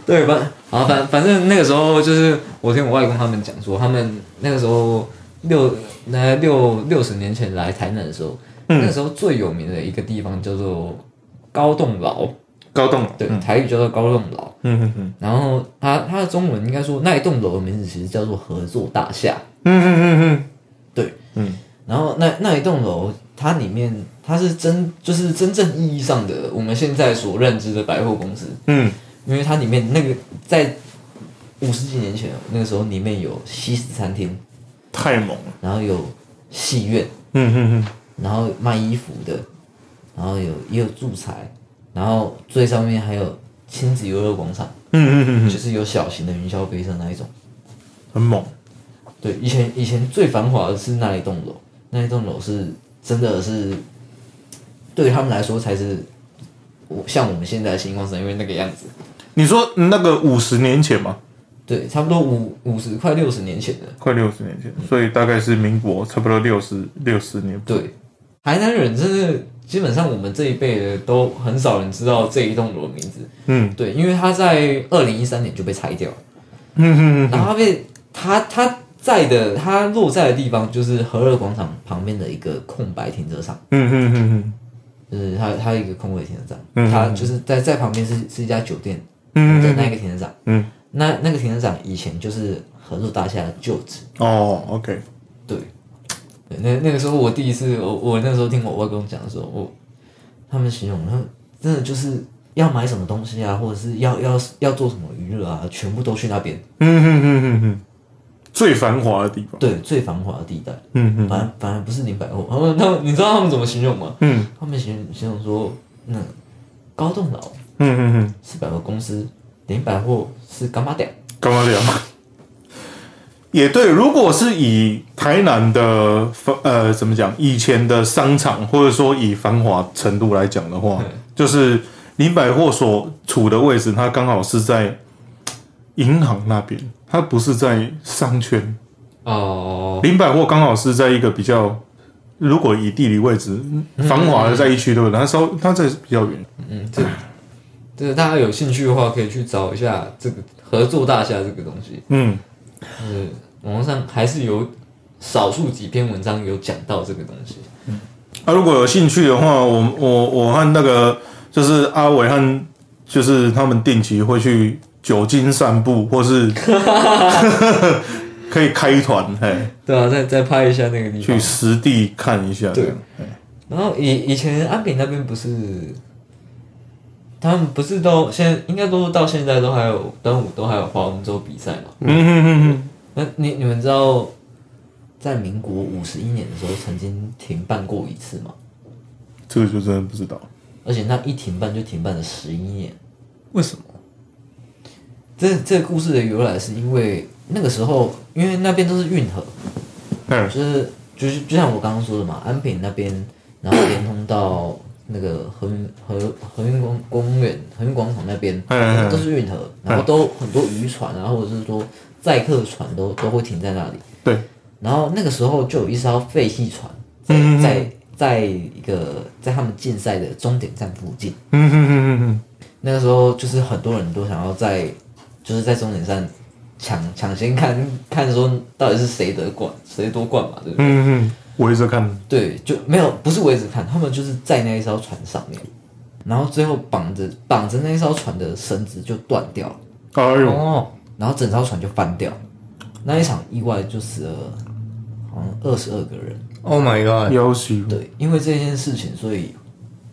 Speaker 3: 对，反啊反反正那个时候就是我听我外公他们讲说，他们那个时候六那六六十年前
Speaker 2: 嗯
Speaker 3: 来台南的时候，那个时候最有名的一个地方叫做高栋牢，
Speaker 2: 高栋，
Speaker 3: 对，台语叫做高栋楼。
Speaker 2: 嗯嗯嗯
Speaker 3: 然后它它的中文应该说那一栋楼的名字其实叫做合作大厦。
Speaker 2: 嗯嗯嗯
Speaker 3: 对，
Speaker 2: 嗯，
Speaker 3: 然后那那一栋楼它里面它是真就是真正意义上的我们现在所认知的百货公司，
Speaker 2: 嗯
Speaker 3: 因为它里面那个在五十几年前那个时候里面有西式餐厅，
Speaker 2: 嗯，太猛了，
Speaker 3: 然后有戏院，
Speaker 2: 嗯嗯
Speaker 3: 然后卖衣服的，然后有也有住宅，然后最上面还有亲子游乐广场，
Speaker 2: 嗯嗯嗯
Speaker 3: 就
Speaker 2: 嗯，
Speaker 3: 是有小型的云霄飞车那一种。
Speaker 2: 很猛，
Speaker 3: 对，以前以前最繁华的是那一栋楼，那一栋楼是真的是对他们来说才是我像我们现在的星光三院那个样子。
Speaker 2: 你说那个五十年前嘛，
Speaker 3: 对，差不多五五十快六十年前的。
Speaker 2: 快六十年前，所以大概是民国差不多六十六十年，
Speaker 3: 对，台南人真的基本上我们这一辈的都很少人知道这一栋楼的名字。
Speaker 2: 嗯
Speaker 3: 对，因为它在二零一三年就被拆掉了，
Speaker 2: 嗯嗯
Speaker 3: 然后它被它它在的它落在的地方就是和乐广场旁边的一个空白停车场。
Speaker 2: 嗯嗯嗯
Speaker 3: 就是它它有一个空位停车
Speaker 2: 嗯
Speaker 3: 场，它就是在在旁边是是一家酒店的
Speaker 2: 嗯
Speaker 3: 那一
Speaker 2: 嗯
Speaker 3: 个停车场，
Speaker 2: 嗯，
Speaker 3: 那那个停车场以前就是合作大厦的旧址，
Speaker 2: 哦，OK，
Speaker 3: 对，对，那那个时候我第一次，我我那时候听我外公讲的时候，我他们形容，他们真的就是要买什么东西啊，或者是要要要做什么娱乐啊，全部都去那边，
Speaker 2: 嗯嗯嗯嗯嗯，最繁华的地方，
Speaker 3: 对，最繁华的地带，
Speaker 2: 嗯嗯
Speaker 3: 反而反而不是林百货，他们他们你知道他们怎么形容吗？
Speaker 2: 嗯
Speaker 3: 他们形形容说，那高栋楼。
Speaker 2: 嗯嗯嗯，
Speaker 3: 是百货公司，林百货是干妈店。
Speaker 2: 干嘛聊？也对，如果是以台南的呃怎么讲，以前的商场或者说以繁华程度来讲的话，就是林百货所处的位置，它刚好是在银行那边，它不是在商圈。
Speaker 3: 哦，
Speaker 2: 林百货刚好是在一个比较，如果以地理位置繁华的在一区，对不对？它稍它在比较远。
Speaker 3: 嗯，这这个大家有兴趣的话，可以去找一下这个合作大厦这个东西。
Speaker 2: 嗯，
Speaker 3: 就是网络上还是有少数几篇文章有讲到这个东西。
Speaker 2: 啊，如果有兴趣的话，我我我和那个就是阿伟和就是他们定期会去酒精散步，或是可以开团，嘿，
Speaker 3: 对啊，再再拍一下那个地
Speaker 2: 去实地看一下。
Speaker 3: 对，然后以以前安平那边不是，他们不是都现在应该都到现在都还有端午都还有划龙舟比赛嘛？
Speaker 2: 嗯哼哼哼，
Speaker 3: 那你你们知道，在民国五十一年的时候曾经停办过一次吗？
Speaker 2: 这个就真的不知道。
Speaker 3: 而且那一停办就停办了十一年。
Speaker 5: 为什么？
Speaker 3: 这这个故事的由来是因为那个时候，因为那边都是运河，
Speaker 2: 嗯
Speaker 3: 就是就是就像我刚刚说的嘛，安平那边，然后连通到那个和平和和平公公园、和平广场那边
Speaker 2: 嗯嗯嗯，
Speaker 3: 都是运河，然后都很多渔船啊，或者是说载客船都都会停在那里。
Speaker 2: 对，
Speaker 3: 然后那个时候就有一艘废弃船
Speaker 2: 嗯嗯嗯
Speaker 3: 在在在一个在他们竞赛的终点站附近。
Speaker 2: 嗯哼哼哼哼，
Speaker 3: 那个时候就是很多人都想要在就是在终点站抢抢先看看说到底是谁得冠，谁夺冠嘛，对不对？
Speaker 2: 嗯哼，围着看。
Speaker 3: 对，就没有不是我一直看，他们就是在那一艘船上面，然后最后绑着绑着那一艘船的绳子就断掉了，
Speaker 2: 哎呦，
Speaker 5: 哦，
Speaker 3: 然后整艘船就翻掉，那一场意外就死了好像二十二个人。
Speaker 5: Oh my god！
Speaker 2: 要死！
Speaker 3: 对，因为这件事情，所以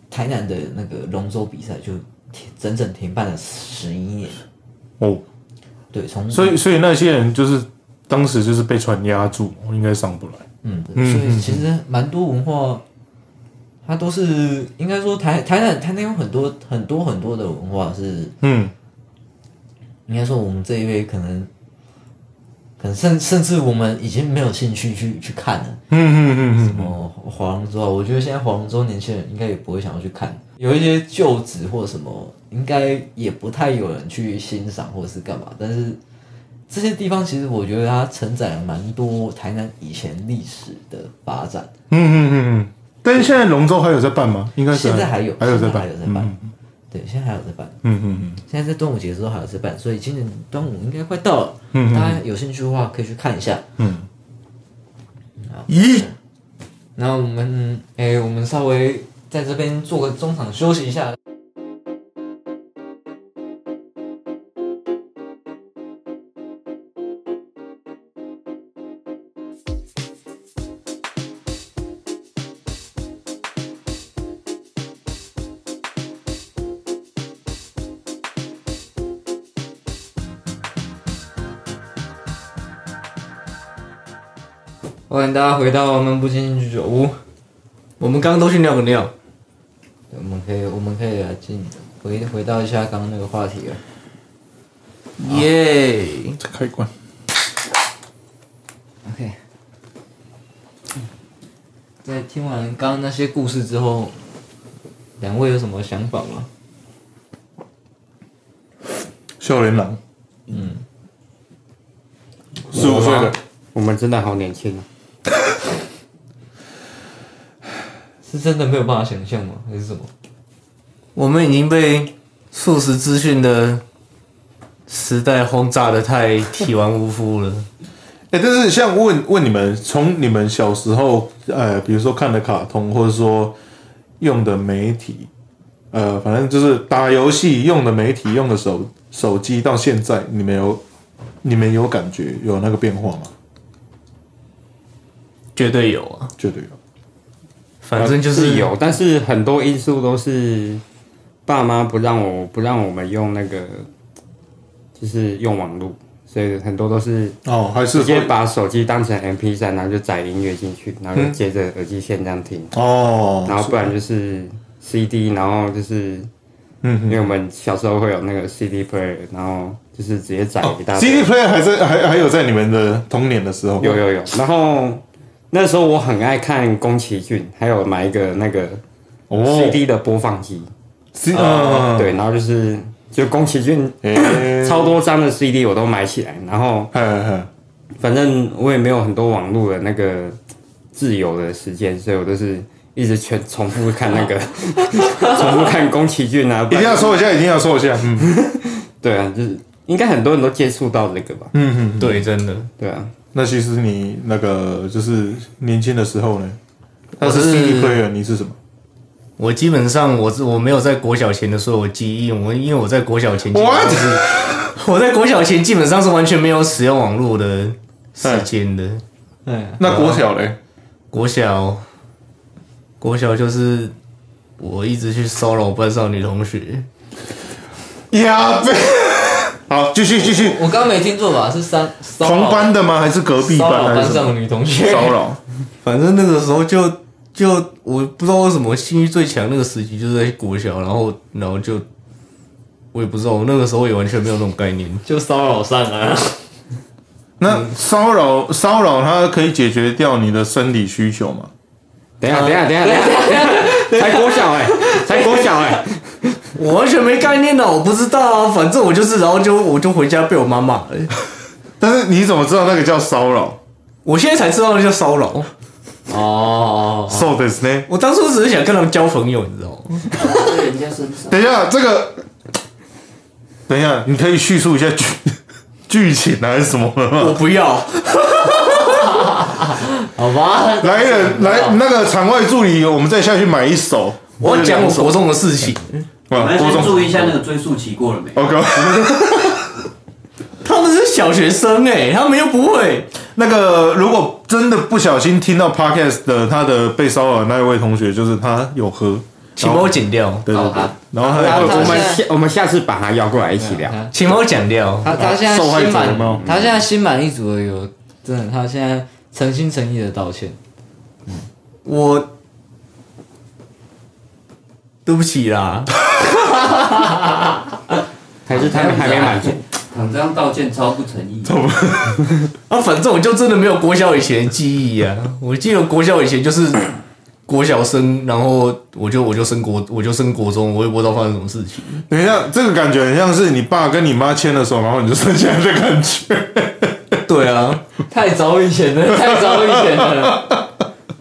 Speaker 3: 台南的那个龙舟比赛就停整整停办了十一年。
Speaker 2: 哦，
Speaker 3: 对，从
Speaker 2: 所以所以那些人就是当时就是被船压住，应该上不来。
Speaker 3: 嗯，所以其实蛮多文化，它都是应该说台台南台南有很多很多很多的文化是，
Speaker 2: 嗯，
Speaker 3: 应该说我们这一辈可能，可能甚甚至我们已经没有兴趣去去看了。
Speaker 2: 嗯嗯嗯
Speaker 3: 什么划龙舟啊，我觉得现在划龙舟年轻人应该也不会想要去看，有一些旧址或什么，应该也不太有人去欣赏或者是干嘛。但是这些地方其实我觉得它承载了蛮多台南以前历史的发展，
Speaker 2: 嗯嗯嗯嗯。但是现在龙舟还有在办吗？应该是
Speaker 3: 现在还有，
Speaker 2: 还有在
Speaker 3: 现在
Speaker 2: 办，
Speaker 3: 还有在
Speaker 2: 嗯
Speaker 3: 办，对，现在还有在办。
Speaker 2: 嗯嗯
Speaker 3: 现在在端午节的时候还有在办，所以今年端午应该快到了，
Speaker 2: 嗯嗯
Speaker 3: 大家有兴趣的话可以去看一下。
Speaker 2: 嗯嗯。咦，
Speaker 3: 然后我们，哎、我们稍微在这边做个中场休息一下。欢迎大家回到漫步进居酒屋。
Speaker 5: 我们刚刚都去尿个尿，
Speaker 3: 我们可以，我们可以来进回回到一下刚刚那个话题了。
Speaker 5: 耶！
Speaker 2: 再开关。
Speaker 3: OK，嗯在听完刚刚那些故事之后，两位有什么想法吗？
Speaker 2: 笑脸郎，嗯，十五岁的，
Speaker 4: 我们真的好年轻啊！
Speaker 3: 是真的没有办法想象吗？还是什么？
Speaker 5: 我们已经被速食资讯的时代轰炸的太体无完肤了。
Speaker 2: 哎、但是像问问你们，从你们小时候，呃，比如说看的卡通，或者说用的媒体，呃，反正就是打游戏用的媒体、用的手手机，到现在，你们有你们有感觉有那个变化吗？
Speaker 5: 绝对有啊，
Speaker 2: 绝对有。
Speaker 5: 反正就是
Speaker 4: 是有，但是很多因素都是爸妈不让我不让我们用那个，就是用网络，所以很多都是
Speaker 2: 哦，还是
Speaker 4: 直接
Speaker 2: 会
Speaker 4: 把手机当成 MP 三，然后就载音乐进去，然后就接着耳机线这样听，
Speaker 2: 哦，
Speaker 4: 然后不然就是 CD，然后就是。嗯，因为我们小时候会有那个 CD player，然后就是直接载一大堆。
Speaker 2: CD 哦 player 还在还还有在你们的童年的时候
Speaker 4: 有有有。然后那时候我很爱看宫崎骏，还有买一个那个
Speaker 2: 哦
Speaker 4: CD 的播放机，
Speaker 2: C 嗯，
Speaker 4: 呃对，然后就是就宫崎骏
Speaker 2: 诶
Speaker 4: 超多张的 CD 我都买起来，然后
Speaker 2: 嘿嘿嘿
Speaker 4: 反正我也没有很多网络的那个自由的时间，所以我都是。一直全重复看
Speaker 2: (laughs)
Speaker 4: 那个，重复看宫崎骏啊，
Speaker 2: 一定要说一下，一定要说一下，嗯
Speaker 4: 对啊，就是应该很多人都接触到这个吧，
Speaker 2: 嗯嗯。
Speaker 5: 对，真的。
Speaker 4: 对啊，
Speaker 2: 那其实你那个就是年轻的时候呢，他
Speaker 5: 我
Speaker 2: 是
Speaker 5: 是
Speaker 2: CD player，你是什么？
Speaker 5: 我基本上我是我没有在国小前的所有记忆，我因为我在国小前基本上是 (laughs) 我在国小前基本上是完全没有使用网络的时间的。
Speaker 3: 哎，
Speaker 2: 那国小嘞？
Speaker 5: 国小，国小就是我一直去骚扰班上女同学，
Speaker 2: 呀呗。好，继续继续。
Speaker 3: 我刚刚没听错吧？是三骚扰
Speaker 2: 同班的吗？还是隔壁
Speaker 3: 骚扰
Speaker 2: 班？还
Speaker 3: 班
Speaker 2: 是什
Speaker 3: (laughs) 上
Speaker 2: 么
Speaker 3: 的女同学？
Speaker 2: 骚扰？
Speaker 5: 反正那个时候就就我不知道为什么性欲最强那个时期就是在国小，然后然后就我也不知道，我那个时候也完全没有那种概念。
Speaker 3: 就骚扰上啊！
Speaker 2: 那骚扰骚扰，它可以解决掉你的生理需求吗？
Speaker 4: 等一下，等一下，等一下，
Speaker 2: (laughs)
Speaker 4: 等一下，才国小哎、才国小哎、
Speaker 5: 我完全没概念的，我不知道啊，反正我就是，然后就我就回家被我妈骂了。
Speaker 2: 但是你怎么知道那个叫骚扰？
Speaker 1: 哦
Speaker 5: 我现在才知道那叫骚扰，
Speaker 3: 哦，
Speaker 2: そうですね。
Speaker 5: 我当初只是想跟他们交朋友，你知道吗？
Speaker 1: 在人家身上。
Speaker 2: 等一下，这个，等一下，你可以叙述一下剧 (laughs) 剧情还是什么的吗
Speaker 5: 我？不要，
Speaker 3: 好吧，
Speaker 2: 来人，来那个场外助理，我们再下去买一手。
Speaker 5: 我要讲我国中的事情。
Speaker 1: 我
Speaker 2: 啊，
Speaker 1: 们
Speaker 2: 郭
Speaker 1: 先注
Speaker 2: 总
Speaker 1: 意一下那个追溯期过了没？
Speaker 2: ，OK， (laughs)
Speaker 5: 他们是小学生哎、他们又不会。
Speaker 2: 那个如果真的不小心听到 podcast 的他的被骚扰的那一位同学，就是他有喝，
Speaker 5: 请帮我剪掉，
Speaker 2: 对对对
Speaker 1: 好啊，
Speaker 2: 然后他
Speaker 3: 然后
Speaker 4: 我
Speaker 2: 有
Speaker 4: 们下我们下次把他邀过来一起聊。
Speaker 5: 请帮我剪掉。
Speaker 3: 他他现在
Speaker 2: 受害者
Speaker 3: 心
Speaker 2: 有没有
Speaker 3: 满，他现在心满意足的有，真的，他现在诚心诚意的道歉。
Speaker 5: 我对不起啦，
Speaker 4: 还是他们还没满足？
Speaker 1: 躺这样道歉超不诚意。
Speaker 5: 啊，反正我就真的没有国小以前的记忆呀、啊。我记得国小以前就是 (coughs) 国小生，然后我就我就升国我就升国中，我也不知道发生什么事情。
Speaker 2: 等一下，这个感觉很像是你爸跟你妈牵了手，然后你就剩下来的感觉。
Speaker 1: (laughs)
Speaker 5: 对啊，
Speaker 3: (laughs) 太早以前 (laughs) 了，太早以前了。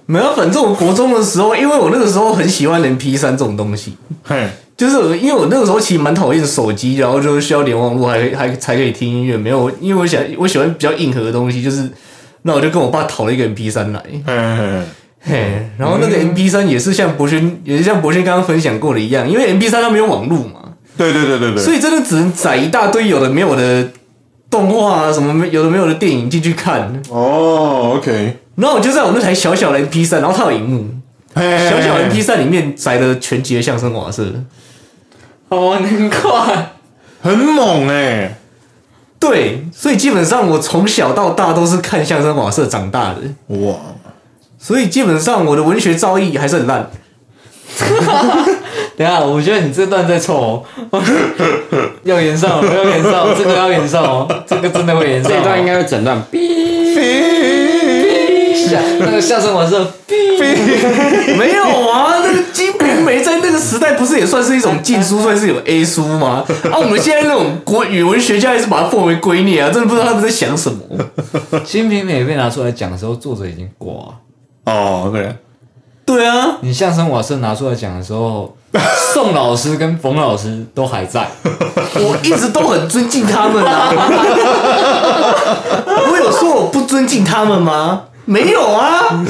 Speaker 5: 没有，啊反正我国中的时候，因为我那个时候很喜欢连 P 三这种东西，
Speaker 2: 嘿，
Speaker 5: 就是我因为我那个时候其实蛮讨厌手机，然后就是需要连网络还还才可以听音乐，没有，因为我想我喜欢比较硬核的东西，就是那我就跟我爸讨了一个 MP 三来，
Speaker 2: 嘿嘿嘿，
Speaker 5: 嘿，然后那个 MP 三也是像博轩，也是像博轩刚刚分享过的一样，因为 MP 三它没有网络嘛，
Speaker 2: 对对对对对，
Speaker 5: 所以真的只能载一大堆有的没有的动画啊，什么没有的没有的电影进去看，
Speaker 2: 哦，OK，
Speaker 5: 然后我就在我那台小小的 MP 三，然后它有荧幕，
Speaker 2: 嘿嘿嘿
Speaker 5: 小小 MP 三里面载了全集的相声瓦舍。
Speaker 3: 啊好难怪，
Speaker 2: 很猛哎，
Speaker 5: 对，所以基本上我从小到大都是看相声瓦舍长大的，
Speaker 2: 哇，
Speaker 5: 所以基本上我的文学造诣还是很烂。
Speaker 3: 等一下，我觉得你这段在错哦，要延上哦，要 (laughs) 延上哦，这个要延上哦，这个真的会延上哦。
Speaker 4: 这一段应该会整段
Speaker 3: 下那个下声晚上，
Speaker 5: 没有啊，那个《金瓶梅》在那个时代不是也算是一种禁书，算是有 A 书吗？啊，我们现在那种国语文学家也是把它奉为圭臬啊，真的不知道他们在想什么。
Speaker 3: 《金瓶梅》被拿出来讲的时候，作者已经挂了。
Speaker 2: 哦，对，
Speaker 5: 对啊，
Speaker 3: 你相声瓦舍拿出来讲的时候，宋老师跟冯老师都还在。
Speaker 5: 我一直都很尊敬他们啊。我有说我不尊敬他们吗？没有啊。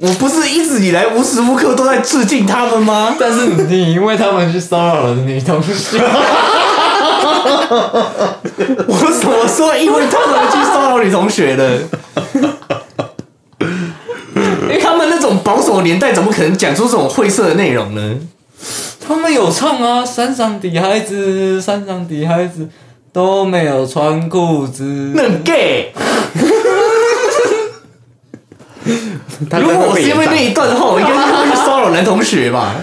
Speaker 5: 我不是一直以来无时无刻都在致敬他们吗？
Speaker 3: 但是你因为他们去骚扰了女同学，
Speaker 5: 我什么时候因为他们而去骚扰女同学的？因为 (laughs) 他们那种保守年代，怎么可能讲出这种晦涩的内容呢？
Speaker 3: (laughs) 他们有唱啊，山上的孩子，山上的孩子都没有穿裤子。
Speaker 5: 那很 gay。
Speaker 4: 他
Speaker 5: 如果我是因为那一段的话，我应该就会去骚扰男同学吧？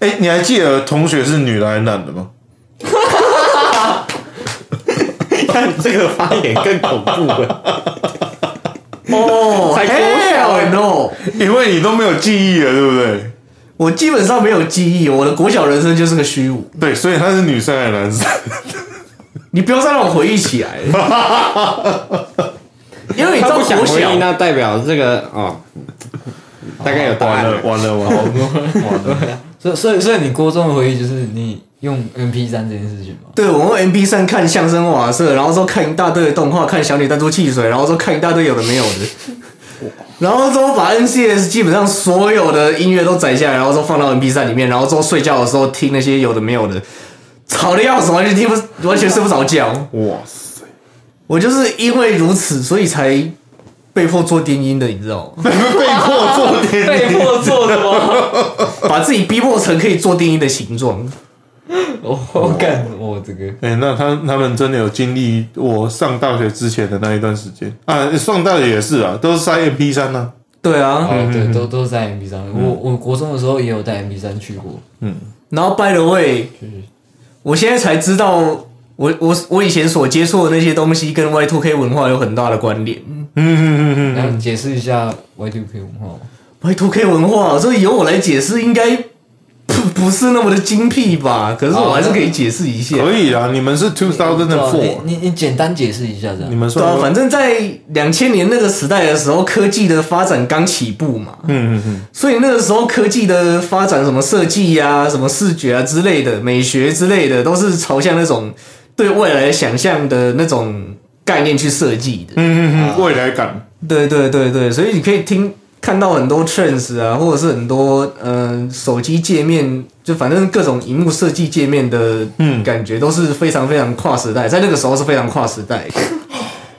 Speaker 2: 哎，你还记得同学是女的还是男的吗？
Speaker 4: 看这个发言更恐怖 (laughs) 了。
Speaker 5: 哦，
Speaker 4: 才国小
Speaker 5: hell no！
Speaker 2: 因为你都没有记忆了，对不对？
Speaker 5: 我基本上没有记忆，我的国小人生就是个虚无。
Speaker 2: 对，所以他是女生还是男生？
Speaker 5: 你不要再让我回忆起 (laughs) 来，因为你知
Speaker 4: 他
Speaker 5: 道
Speaker 4: 不想
Speaker 5: 国
Speaker 4: 回
Speaker 5: 小
Speaker 4: 应，那代表这个哦，大概有答
Speaker 2: (laughs) 完
Speaker 4: 案
Speaker 2: 了，
Speaker 4: 了。
Speaker 2: 完了，完了！
Speaker 3: 所以所以所以你高中的回忆就是你用 MP 三这件事情 (laughs) 吗？
Speaker 5: 对，我用 MP 三看相声瓦舍，然后说看一大堆的动画，看小女弹出汽水，然后说看一大堆有的没有的，然后之后把 NCS 基本上所有的音乐都载下来，然后之后放到 MP 三里面，然后之后睡觉的时候听那些有的没有的，吵得要死，完全听不完全睡不着觉。
Speaker 2: (laughs) 哇塞，
Speaker 5: 我就是因为如此，所以才被迫做电音的，你知道
Speaker 3: (laughs)
Speaker 5: 吗？
Speaker 2: 被迫做点
Speaker 3: 被迫做的吗？
Speaker 5: (laughs) 把自己逼迫成可以做电音的形状。
Speaker 3: 哦我干，我这个
Speaker 2: 哎、那他他们真的有经历我上大学之前的那一段时间啊，上大学也是啊，都是塞 MP 三呢、
Speaker 5: 对啊，
Speaker 3: 哦，对，都都在 MP 三。我我国中的时候也有带 MP 三去过，
Speaker 5: 然后 by the way，我现在才知道我，我我以前所接触的那些东西跟 Y Two K 文化有很大的关联。
Speaker 2: 嗯嗯嗯
Speaker 3: 然后解释一下 Y two 哦 K 文化吗？
Speaker 5: Y Two K 文化，所以由我来解释应该不不是那么的精辟吧？可是我还是可以解释一下
Speaker 2: 嗯，。可以啊，你们是 two thousand
Speaker 3: 对
Speaker 2: and
Speaker 3: 啊
Speaker 2: four，
Speaker 3: 你你你简单解释一下这
Speaker 2: 你
Speaker 3: 样。
Speaker 2: 们
Speaker 5: 对
Speaker 2: 算
Speaker 5: 啊，反正在两千年那个时代的时候，科技的发展刚起步嘛，
Speaker 2: 嗯嗯嗯，
Speaker 5: 所以那个时候科技的发展，什么设计呀、什么视觉啊之类的、美学之类的，都是朝向那种对未来想象的那种概念去设计的。
Speaker 2: 嗯嗯嗯，未来感，
Speaker 5: 对对对对，所以你可以听看到很多 trends 啊，或者是很多嗯、呃手机界面，就反正各种荧幕设计界面的
Speaker 2: 嗯
Speaker 5: 感觉都是非常非常跨时代，在那个时候是非常跨时代的。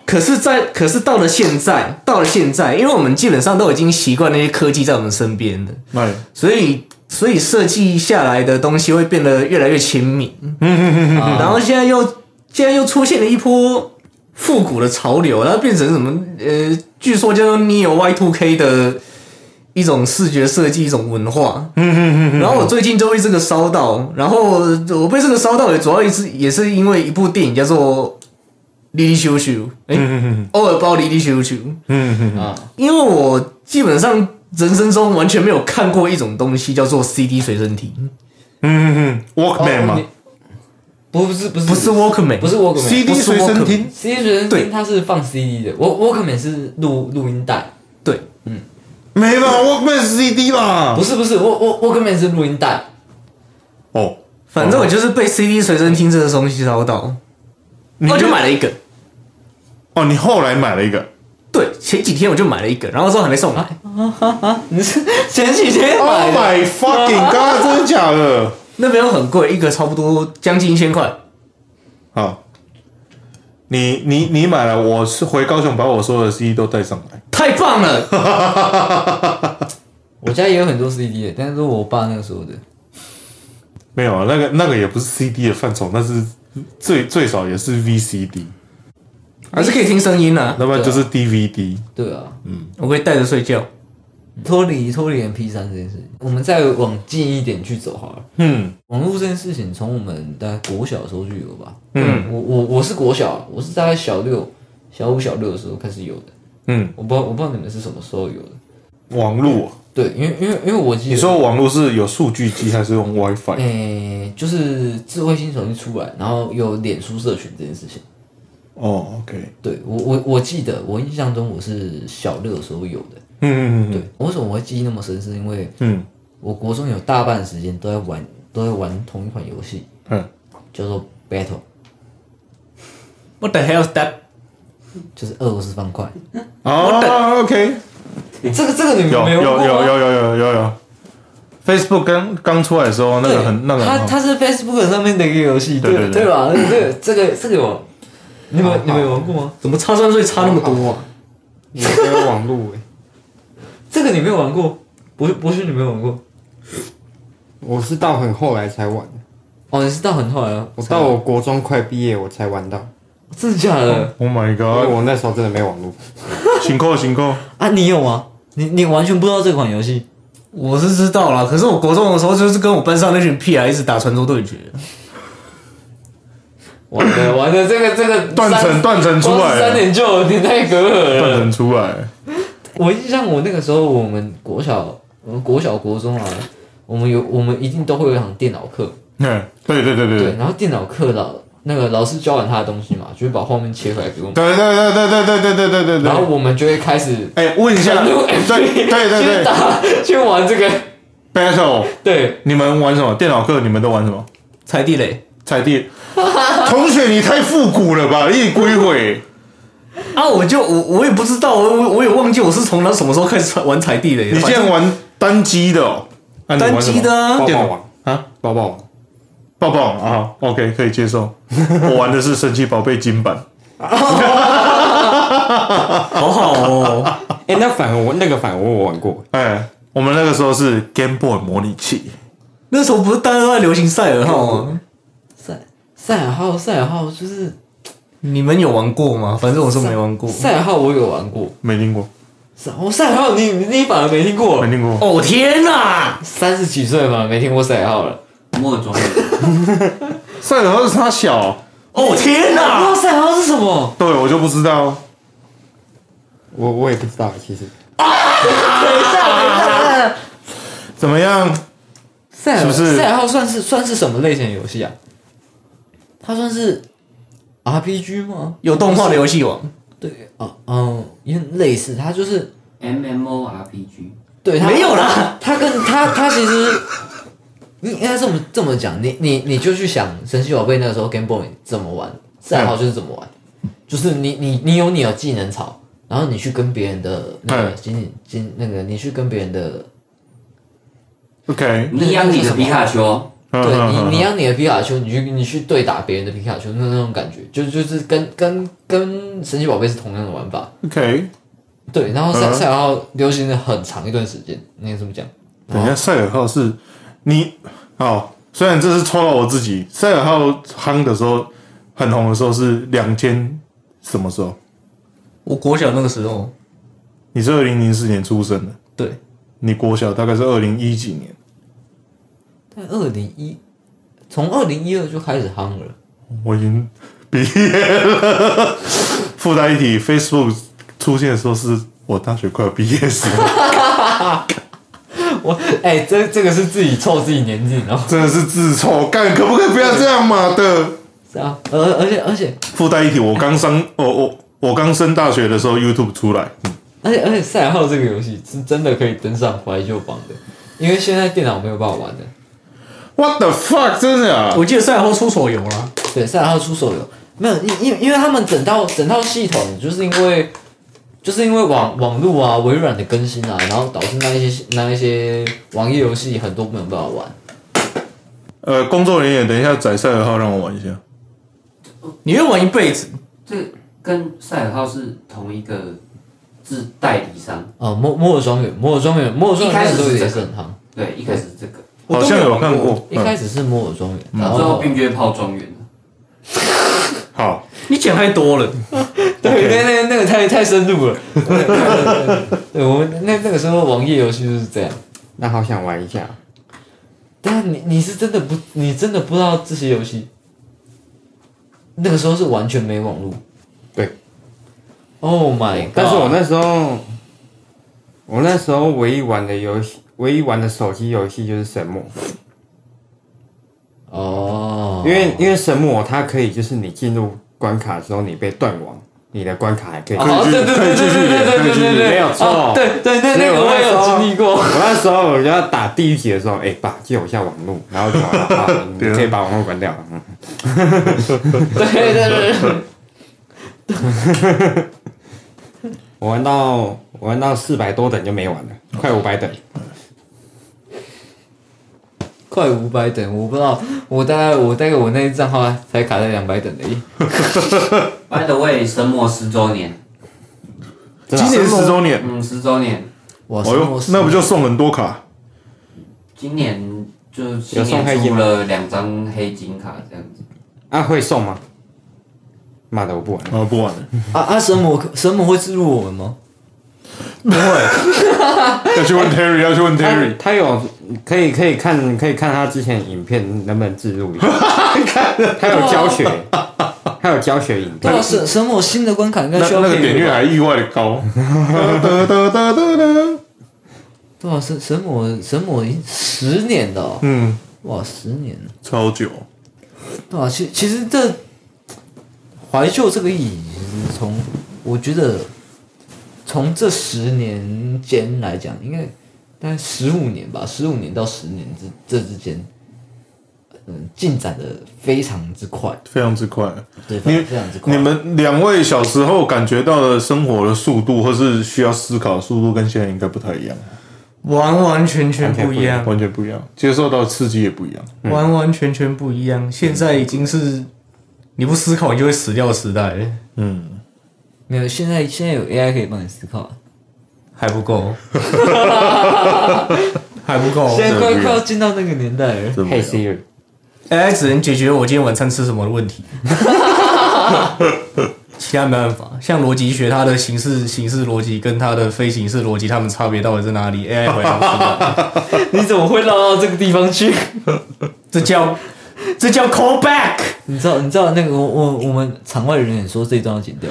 Speaker 5: 可是在，可是到了现在，到了现在，因为我们基本上都已经习惯那些科技在我们身边了，
Speaker 2: 那也
Speaker 5: 所以所以设计下来的东西会变得越来越亲密。
Speaker 3: 啊
Speaker 5: 然后现在又现在又出现了一波复古的潮流，然后变成什么呃，据说叫做 Neo Y Two K 的一种视觉设计，一种文化。然后我最近就被这个烧到，然后呃我被这个烧到也主要也是也是因为一部电影叫做《莉莉修修》，哎，偶尔包莉莉修修，
Speaker 3: 啊，
Speaker 5: 因为我基本上人生中完全没有看过一种东西叫做 CD 随身体，
Speaker 2: 嗯嗯嗯，Walkman 嘛
Speaker 3: 哦你不不是不是
Speaker 5: 不是 Walkman，
Speaker 3: 不是 Walkman，
Speaker 2: ，CD
Speaker 5: 不是
Speaker 2: 随身
Speaker 5: Walkman
Speaker 2: 听，
Speaker 3: CD 随身
Speaker 5: 对
Speaker 3: 听它是放 CD 的，我 Walkman 是录录音带，
Speaker 2: 啊
Speaker 5: 对，
Speaker 2: 没吧，Walkman 是 CD 吧
Speaker 3: 不，是不是，我我 Walkman 是录音带， (laughs)
Speaker 2: 哦，
Speaker 5: 反正我就是被 CD 随身听这个东西烧到，
Speaker 2: 你
Speaker 5: 我就买了一个。
Speaker 2: 哦，你后来买了一个，
Speaker 5: 对，前几天我就买了一个，然后之后还没送来。
Speaker 3: 你是前几天
Speaker 2: Oh
Speaker 3: 买的，
Speaker 2: my fucking god！真的假的？
Speaker 5: 那没有很贵，一个差不多将近一千块。
Speaker 2: 好，你你你买了，我是回高雄把我所有的 CD 都带上来。
Speaker 5: 太棒 (laughs) 了！
Speaker 3: 我家也有很多 CD 的，但是都我爸那个时候的，
Speaker 2: 没有啊，那个那个也不是 CD 的范畴，那是最最少也是 VCD，
Speaker 5: 还是可以听声音啊。
Speaker 2: 要不然就是 DVD。
Speaker 3: 对啊，
Speaker 5: 我可以带着睡觉。
Speaker 3: 脱离脱离 MP 三这件事情，我们再往近一点去走好了。
Speaker 2: 嗯，
Speaker 3: 网络这件事情，从我们大概国小的时候就有吧。
Speaker 2: 嗯，
Speaker 3: 我我我是国小，我是大概小六、小五、小六的时候开始有的。
Speaker 2: 嗯，
Speaker 3: 我不知道我不知道你们是什么时候有的。
Speaker 2: 网络、啊
Speaker 3: 对，因为因为因为我记得
Speaker 2: 你说网络是有数据机还是用
Speaker 3: 诶、
Speaker 2: WiFi？
Speaker 3: 就是智慧新手机出来，然后有脸书社群这件事情。
Speaker 2: 哦，OK，
Speaker 3: 对我我我记得，我印象中我是小六的时候有的。
Speaker 2: 嗯嗯嗯
Speaker 3: 对，为什么我会记忆那么深？是因为
Speaker 2: 嗯
Speaker 3: 我国中有大半时间都在玩都在玩同一款游戏，
Speaker 2: 嗯，
Speaker 3: 叫做 Battle，
Speaker 5: What the hell is that？
Speaker 3: 就是俄罗斯方块。
Speaker 2: 哦，OK，
Speaker 3: 这个这个你
Speaker 2: 有
Speaker 3: 们没
Speaker 2: 有
Speaker 3: 玩
Speaker 2: 有
Speaker 3: 过吗
Speaker 2: 有有有有有。Facebook 刚刚出来的时候，那
Speaker 3: 对，
Speaker 2: 个很那个
Speaker 3: 它
Speaker 2: 很好，
Speaker 3: 它是 Facebook 上面的一个游戏，
Speaker 2: 对
Speaker 3: 对
Speaker 2: 对对
Speaker 3: 吧？这个这个这个有，你们你们有玩过吗？
Speaker 5: 怎么差三岁差那么多啊？
Speaker 4: 我没有网路哎、
Speaker 3: 这个你没有玩过，博博勋你没有玩过？
Speaker 4: 我是到很后来才玩的，
Speaker 3: 哦，你是到很后来啊？
Speaker 4: 我到我国中快毕业我才玩到，
Speaker 3: 真的假的
Speaker 2: Oh my
Speaker 4: 因为
Speaker 2: god！
Speaker 4: 我那时候真的没网路。
Speaker 2: 行扣行
Speaker 5: (laughs)
Speaker 2: 扣，
Speaker 3: 啊？你有吗？你你完全不知道这款游 (laughs) 戏？
Speaker 5: 我是知道啦，可是我国中的时候就是跟我班上那群屁孩一直打传说对决，
Speaker 3: 完了完了，这个这个
Speaker 2: 断层断层出来了
Speaker 3: 三点就有点太隔阂
Speaker 2: 断
Speaker 3: 了。
Speaker 2: 层出来，
Speaker 3: 我印象我那个时候，我们国小，我们国小国中啊，我们有我们一定都会有一堂电脑课，
Speaker 2: 嗯，对对对对
Speaker 3: 对，
Speaker 2: 对
Speaker 3: 然后电脑课老那个老师教完他的东西嘛，就会把画面切回来给我们，
Speaker 2: 对对对对对对对对对
Speaker 3: 然后
Speaker 2: 对。
Speaker 3: 我们就会开始
Speaker 2: 哎，问一下，对对对
Speaker 3: 去
Speaker 2: 对
Speaker 3: 打去玩这个，
Speaker 2: ，Battle，
Speaker 3: 对，
Speaker 2: 你们玩什么？电脑课你们都玩什么？
Speaker 5: 踩地雷
Speaker 2: 踩
Speaker 5: (laughs)
Speaker 2: 地。同学，你太复古了吧！一归回，
Speaker 5: (laughs) 啊！我就我我也不知道，我我我也忘记我是从那什么时候开始玩踩地雷的。
Speaker 2: 你现在玩单机的哦？啊你玩
Speaker 5: 单
Speaker 2: 什
Speaker 5: 机
Speaker 2: 么
Speaker 5: 的啊
Speaker 4: 抱
Speaker 2: 电
Speaker 4: 抱
Speaker 2: 脑
Speaker 4: 网
Speaker 2: 啊，
Speaker 4: 抱抱网，
Speaker 2: 抱抱啊，OK，可以接
Speaker 5: (laughs)
Speaker 2: 受。我玩的是神奇宝贝金版，
Speaker 5: 好好 (laughs) 哦，
Speaker 4: 哎、那反而我那个反而我玩过，
Speaker 2: 哎，我们那个时候是 Game Boy 模拟器，
Speaker 5: 那时候不是大家都在流行赛尔号吗？
Speaker 3: 赛赛尔号赛尔号就是
Speaker 5: 你们有玩过吗？反正我是没玩过。
Speaker 3: 赛尔号，我有玩过，
Speaker 2: 没听过，
Speaker 3: 赛我赛尔号你你反而没听过
Speaker 2: 没，听过。
Speaker 5: 哦天哪！
Speaker 3: 三十几岁嘛没听过赛尔号了，
Speaker 1: 莫中
Speaker 2: 赛尔号是他小，
Speaker 5: 哦天
Speaker 3: 不知道 (laughs)
Speaker 5: 哪！
Speaker 3: 赛尔号是什么？
Speaker 2: 对我就不知道。
Speaker 4: 我我也不知道其实。
Speaker 5: 啊
Speaker 2: 怎么样？
Speaker 3: 赛尔
Speaker 2: 是不是
Speaker 3: 赛尔号算是算是什么类型的游戏啊？它算是 RPG 吗？
Speaker 5: 有动画的游戏玩，
Speaker 3: 对啊，嗯，也类似，它就是。
Speaker 1: MMORPG，
Speaker 3: 对，他
Speaker 5: 没有啦。
Speaker 3: 他跟他他其实，你应该这么这么讲，你你你就去想神奇宝贝那个时候 Game Boy 怎么玩，
Speaker 2: 嗯
Speaker 3: 赛号就是怎么玩，就是你你你有你的技能槽，然后你去跟别人的那个
Speaker 2: 嗯
Speaker 3: 经经那个你去跟别人的，
Speaker 2: OK，
Speaker 1: 你养你的皮卡丘，
Speaker 3: 对
Speaker 2: 嗯 (laughs)
Speaker 3: 你你让你的皮卡丘，你去你去对打别人的皮卡丘，那那种感觉，就就是跟跟跟神奇宝贝是同样的玩法，
Speaker 2: OK，
Speaker 3: 对，然后赛
Speaker 2: 嗯
Speaker 3: 赛号流行了很长一段时间，你该这么讲？
Speaker 2: 等一下，赛尔号是你好，虽然这是戳到我自己。赛尔号夯的时候，很红的时候是两千什么时候？
Speaker 5: 我国小那个时候，
Speaker 2: 你是二零零四年出生的，
Speaker 5: 对，
Speaker 2: 你国小大概是二零一几年？
Speaker 3: 在二零一，从二零一二就开始夯了。
Speaker 2: 我已经毕业了。 (laughs) 附带一提，Facebook 出现的时候是我大学快要毕业的时候，
Speaker 3: 我哎、这这个是自己凑自己年纪，哦然后
Speaker 2: 真的是自臭，干可不可以不要这样嘛的？
Speaker 3: 是啊，而而且而且
Speaker 2: 附带一提，我刚上，我我我刚升大学的时候，YouTube 出来，嗯
Speaker 3: 而且而且赛尔号这个游戏是真的可以登上怀旧榜的，因为现在电脑没有办法玩的。
Speaker 2: ，What the fuck，真的啊？
Speaker 5: 我记得赛尔号出手游啊啦。
Speaker 3: 对，赛尔号出手游没有，因因因为他们整套整套系统就是因为就是因为网网络啊、微软的更新啊，然后导致那一些那一些网页游戏很多没有办法玩。
Speaker 2: 呃，工作人员，等一下载赛尔号让我玩一下。
Speaker 5: 你会玩一辈子，
Speaker 1: 这跟赛尔号是同一个自代理商，
Speaker 3: 啊，摩摩尔庄园，摩尔庄园，摩尔庄园
Speaker 1: 一开始
Speaker 3: 那时候
Speaker 1: 是
Speaker 3: 也
Speaker 1: 这嗯
Speaker 3: 是
Speaker 1: 个
Speaker 3: 很夯。
Speaker 1: 对，一开始是这个，
Speaker 5: 我
Speaker 2: 好
Speaker 5: 都没
Speaker 2: 像
Speaker 5: 有
Speaker 2: 有看
Speaker 5: 玩过
Speaker 2: 过，嗯
Speaker 4: 嗯
Speaker 1: 嗯
Speaker 3: 一开始是摩尔庄园，然
Speaker 1: 到最后
Speaker 3: 后
Speaker 1: 并约炮庄园了。
Speaker 2: 好，
Speaker 5: 你讲太多了，
Speaker 3: 对，那那那个太太深
Speaker 4: (laughs)
Speaker 3: 入了。对，我们那那个时候网页游戏就是这样。
Speaker 4: 那好想玩一下，
Speaker 3: 但你你是真的不，你真的不知道这些游戏。那个时候是完全没网络。
Speaker 4: 对。
Speaker 3: Oh my god！
Speaker 4: 但是我那时候，我那时候唯一玩的游戏，唯一玩的手机游戏就是神魔，
Speaker 3: 哦，
Speaker 4: 因为因为神魔它可以就是你进入关卡之后你被断网，你的关卡还可以。
Speaker 3: 哦，对对对对对对对对对，
Speaker 4: 没有错
Speaker 3: 哦对对对，那
Speaker 4: 所以
Speaker 3: 那个我
Speaker 4: 那
Speaker 3: 也
Speaker 4: 时候
Speaker 3: 有经历过。
Speaker 4: 我那时候我就要打第一集的时候，哎、爸借我一下网络，然后就把、啊、你可以把网络关掉了。嗯
Speaker 3: 对 (laughs) 对对对，
Speaker 4: 我玩到我玩到四百多等就没玩了，快五百等。
Speaker 3: 快五百等，我不知道，我大概我大概我那账号才卡在两百等而已。
Speaker 1: By the way，神魔十周年，
Speaker 4: 真的
Speaker 2: 今
Speaker 4: 啊
Speaker 2: 年十周年，
Speaker 1: 嗯，十周年，
Speaker 3: 哇，
Speaker 2: 哦
Speaker 3: 神魔
Speaker 2: 哟，
Speaker 3: 十
Speaker 2: 那不就送很多卡？
Speaker 1: 今年就新
Speaker 4: 有送黑
Speaker 1: 年
Speaker 4: 金
Speaker 1: 出
Speaker 4: 吗
Speaker 1: 了两张黑金卡这样子，
Speaker 4: 啊会送吗？妈的，我不玩了。
Speaker 2: 啊，不
Speaker 5: (laughs)
Speaker 2: 玩了，
Speaker 3: 啊啊！神魔神魔会置入我们吗？
Speaker 2: 要去问 Terry，要去问
Speaker 4: 他
Speaker 5: 哎
Speaker 2: Terry。
Speaker 4: 他有可以可以看可以看他之前影片能不能置
Speaker 3: (laughs)
Speaker 4: 入一下，他有教学，他有教学
Speaker 3: (laughs)
Speaker 4: 影
Speaker 3: 对
Speaker 4: 片
Speaker 3: 啊，，神神魔新的关卡应该
Speaker 2: 那
Speaker 3: 需要
Speaker 2: 那个
Speaker 3: 配
Speaker 2: 点
Speaker 3: 合
Speaker 2: 阅啊
Speaker 3: 吧
Speaker 2: 还意外的
Speaker 5: (laughs)
Speaker 2: 高，哒哒哒哒哒
Speaker 3: 对啊，神神魔神魔已经十年了哦、
Speaker 2: 嗯，
Speaker 3: 哇，十年了，
Speaker 2: 超久，
Speaker 3: 对啊，其其实这怀旧这个意义，其实从我觉得从这十年间来讲，应该大概十五年吧，十五年到十年这这之间，嗯，进展的非常之快，
Speaker 2: 非常之快。
Speaker 3: 对，非
Speaker 2: 你
Speaker 3: 常非常之快。
Speaker 2: 你们两位小时候感觉到的生活的速度，或是需要思考的速度，跟现在应该不太一样，
Speaker 5: 完完全全不一样，嗯
Speaker 2: 完全不一样，接受到刺激也不一样。
Speaker 5: 完完全全不一样。现在已经是你不思考你就会死掉的时代了，
Speaker 2: 嗯，
Speaker 3: 没有，现在现在有 AI 可以帮你思考啊，
Speaker 5: 还不 (laughs) 够，还不够。
Speaker 3: 现在快
Speaker 2: 这个
Speaker 3: 快要进到那个年代了。
Speaker 2: 真的
Speaker 4: 嘿 Siri，
Speaker 5: AI 哎只能解决我今天晚餐吃什么的问题， (laughs) 其他没办法。像逻辑学，它的形式形式逻辑跟它的非形式逻辑，它们差别到底在哪里？AI 回答不出 (laughs) 来，
Speaker 3: (laughs) 你怎么会绕到这个地方去？ (laughs)
Speaker 5: 这叫这叫 callback。
Speaker 3: 你知道，你知道那个我我我们场外人员说这一段要剪掉，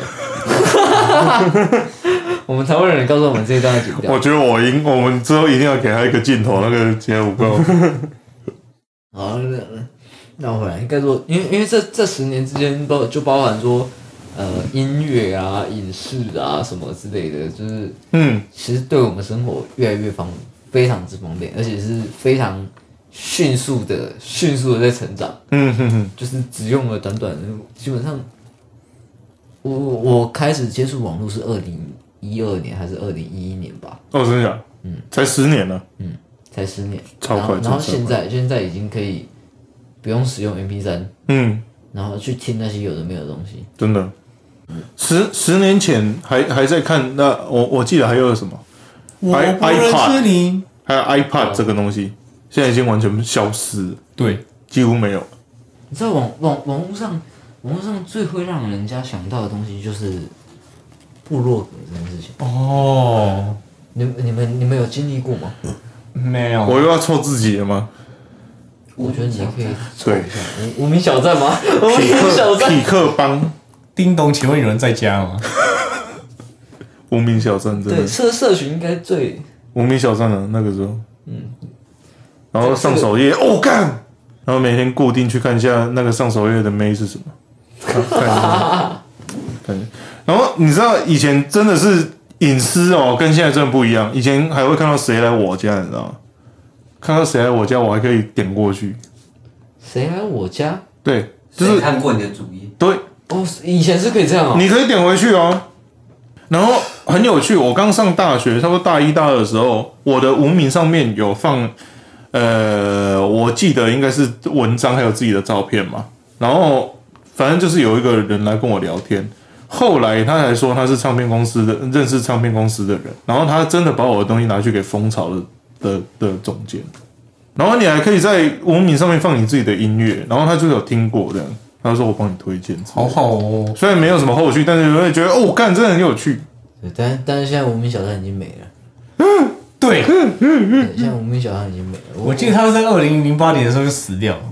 Speaker 3: (laughs) 我们场外人员告诉我们这一段要剪掉
Speaker 2: 我。觉得我应我们之后一定要给他一个镜头，那个截不够。
Speaker 3: 好，那那我回来应该说，因为因为这这十年之间包就包含说，呃，音乐啊、影视啊什么之类的，就是
Speaker 2: 嗯，
Speaker 3: 其实对我们生活越来越方非常之方便，而且是非常迅速的、迅速的在成长。
Speaker 2: 嗯哼哼，
Speaker 3: 就是只用了短短的，基本上我我开始接触网络是二零一二年还是二零一一年吧，
Speaker 2: 哦，真的假的？嗯，才十年了，
Speaker 3: 嗯，才十年，
Speaker 2: 超
Speaker 3: 然后
Speaker 2: 快
Speaker 3: 然
Speaker 2: 真
Speaker 3: 后
Speaker 2: 的
Speaker 3: 现
Speaker 2: 超快
Speaker 3: 在现在已经可以不用使用 MP 三，
Speaker 2: 嗯，
Speaker 3: 然后去听那些有的没有的东西。
Speaker 2: 真的。十十年前还还在看，那我我记得还有什么，
Speaker 5: 我
Speaker 2: 不认识
Speaker 5: 你。
Speaker 2: 还有 iPad 这个东西，现在已经完全消失了，
Speaker 5: 对，
Speaker 2: 几乎没有。
Speaker 3: 你知道网网网络上网络上最会让人家想到的东西就是部落格这件事情，
Speaker 5: 哦，
Speaker 3: 你们你们你们有经历过吗？
Speaker 5: 没有，
Speaker 2: 我又要凑自己了吗？
Speaker 3: 我觉得你可以
Speaker 2: 对，
Speaker 3: 无无名小站吗？无
Speaker 2: 匹
Speaker 3: 名小
Speaker 2: 克
Speaker 3: 站
Speaker 2: 匹克帮
Speaker 5: 叮咚，请问有人在家吗？
Speaker 2: 无名小站真
Speaker 3: 对
Speaker 2: 的，
Speaker 3: 社社群应该最
Speaker 2: 无名小站的那个时候，嗯，然后上首页，哦干，然后每天固定去看一下那个上首页的妹是什么，看看一下看一下然后你知道以前真的是隐私哦，跟现在真的不一样，以前还会看到谁来我家，你知道吗？看到谁来我家，我还可以点过去，
Speaker 3: 谁来我家？
Speaker 2: 对，就
Speaker 1: 谁
Speaker 2: 是
Speaker 1: 看过你的主页？
Speaker 2: 对，
Speaker 3: 哦，以前是可以这样哦。
Speaker 2: 你可以点回去哦。然后很有趣，我刚上大学，差不多大一大二的时候，我的无名上面有放，呃，我记得应该是文章还有自己的照片嘛。然后反正就是有一个人来跟我聊天，后来他还说他是唱片公司的，认识唱片公司的人，然后他真的把我的东西拿去给蜂巢的的的总监，然后你还可以在无名上面放你自己的音乐，然后他就有听过这样。他说我帮你推荐，
Speaker 4: 好好哦，
Speaker 2: 虽然没有什么后续，但是会觉得哦，干真的很有趣。
Speaker 1: 对，但但是现在无名小站已经没了，
Speaker 5: 对，
Speaker 2: 嗯
Speaker 1: 对现在无名小站已经没了。
Speaker 5: 我记得他是在二零零八年的时候就死掉了。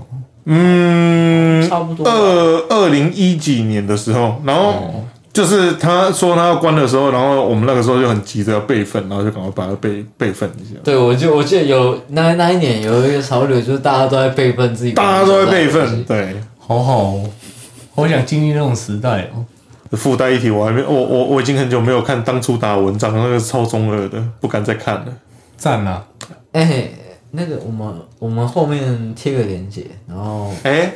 Speaker 2: 嗯，
Speaker 1: 差不多吧
Speaker 2: 二二零一几年的时候，然后就是他说他要关的时候，然后我们那个时候就很急着要备份，然后就赶快把它备备份一下。
Speaker 3: 对，我就我记得有那那一年有一个潮流，就是大家都在备份自己，
Speaker 2: 大家都在备份，，对。
Speaker 5: 好好哦，好想经历那种时代哦。
Speaker 2: 附带一提，我还没，我我我已经很久没有看当初打文章那个超中二的，不敢再看了。
Speaker 5: 赞啊！
Speaker 3: 哎、那个我们我们后面贴个链接，然后
Speaker 2: (laughs) 哎、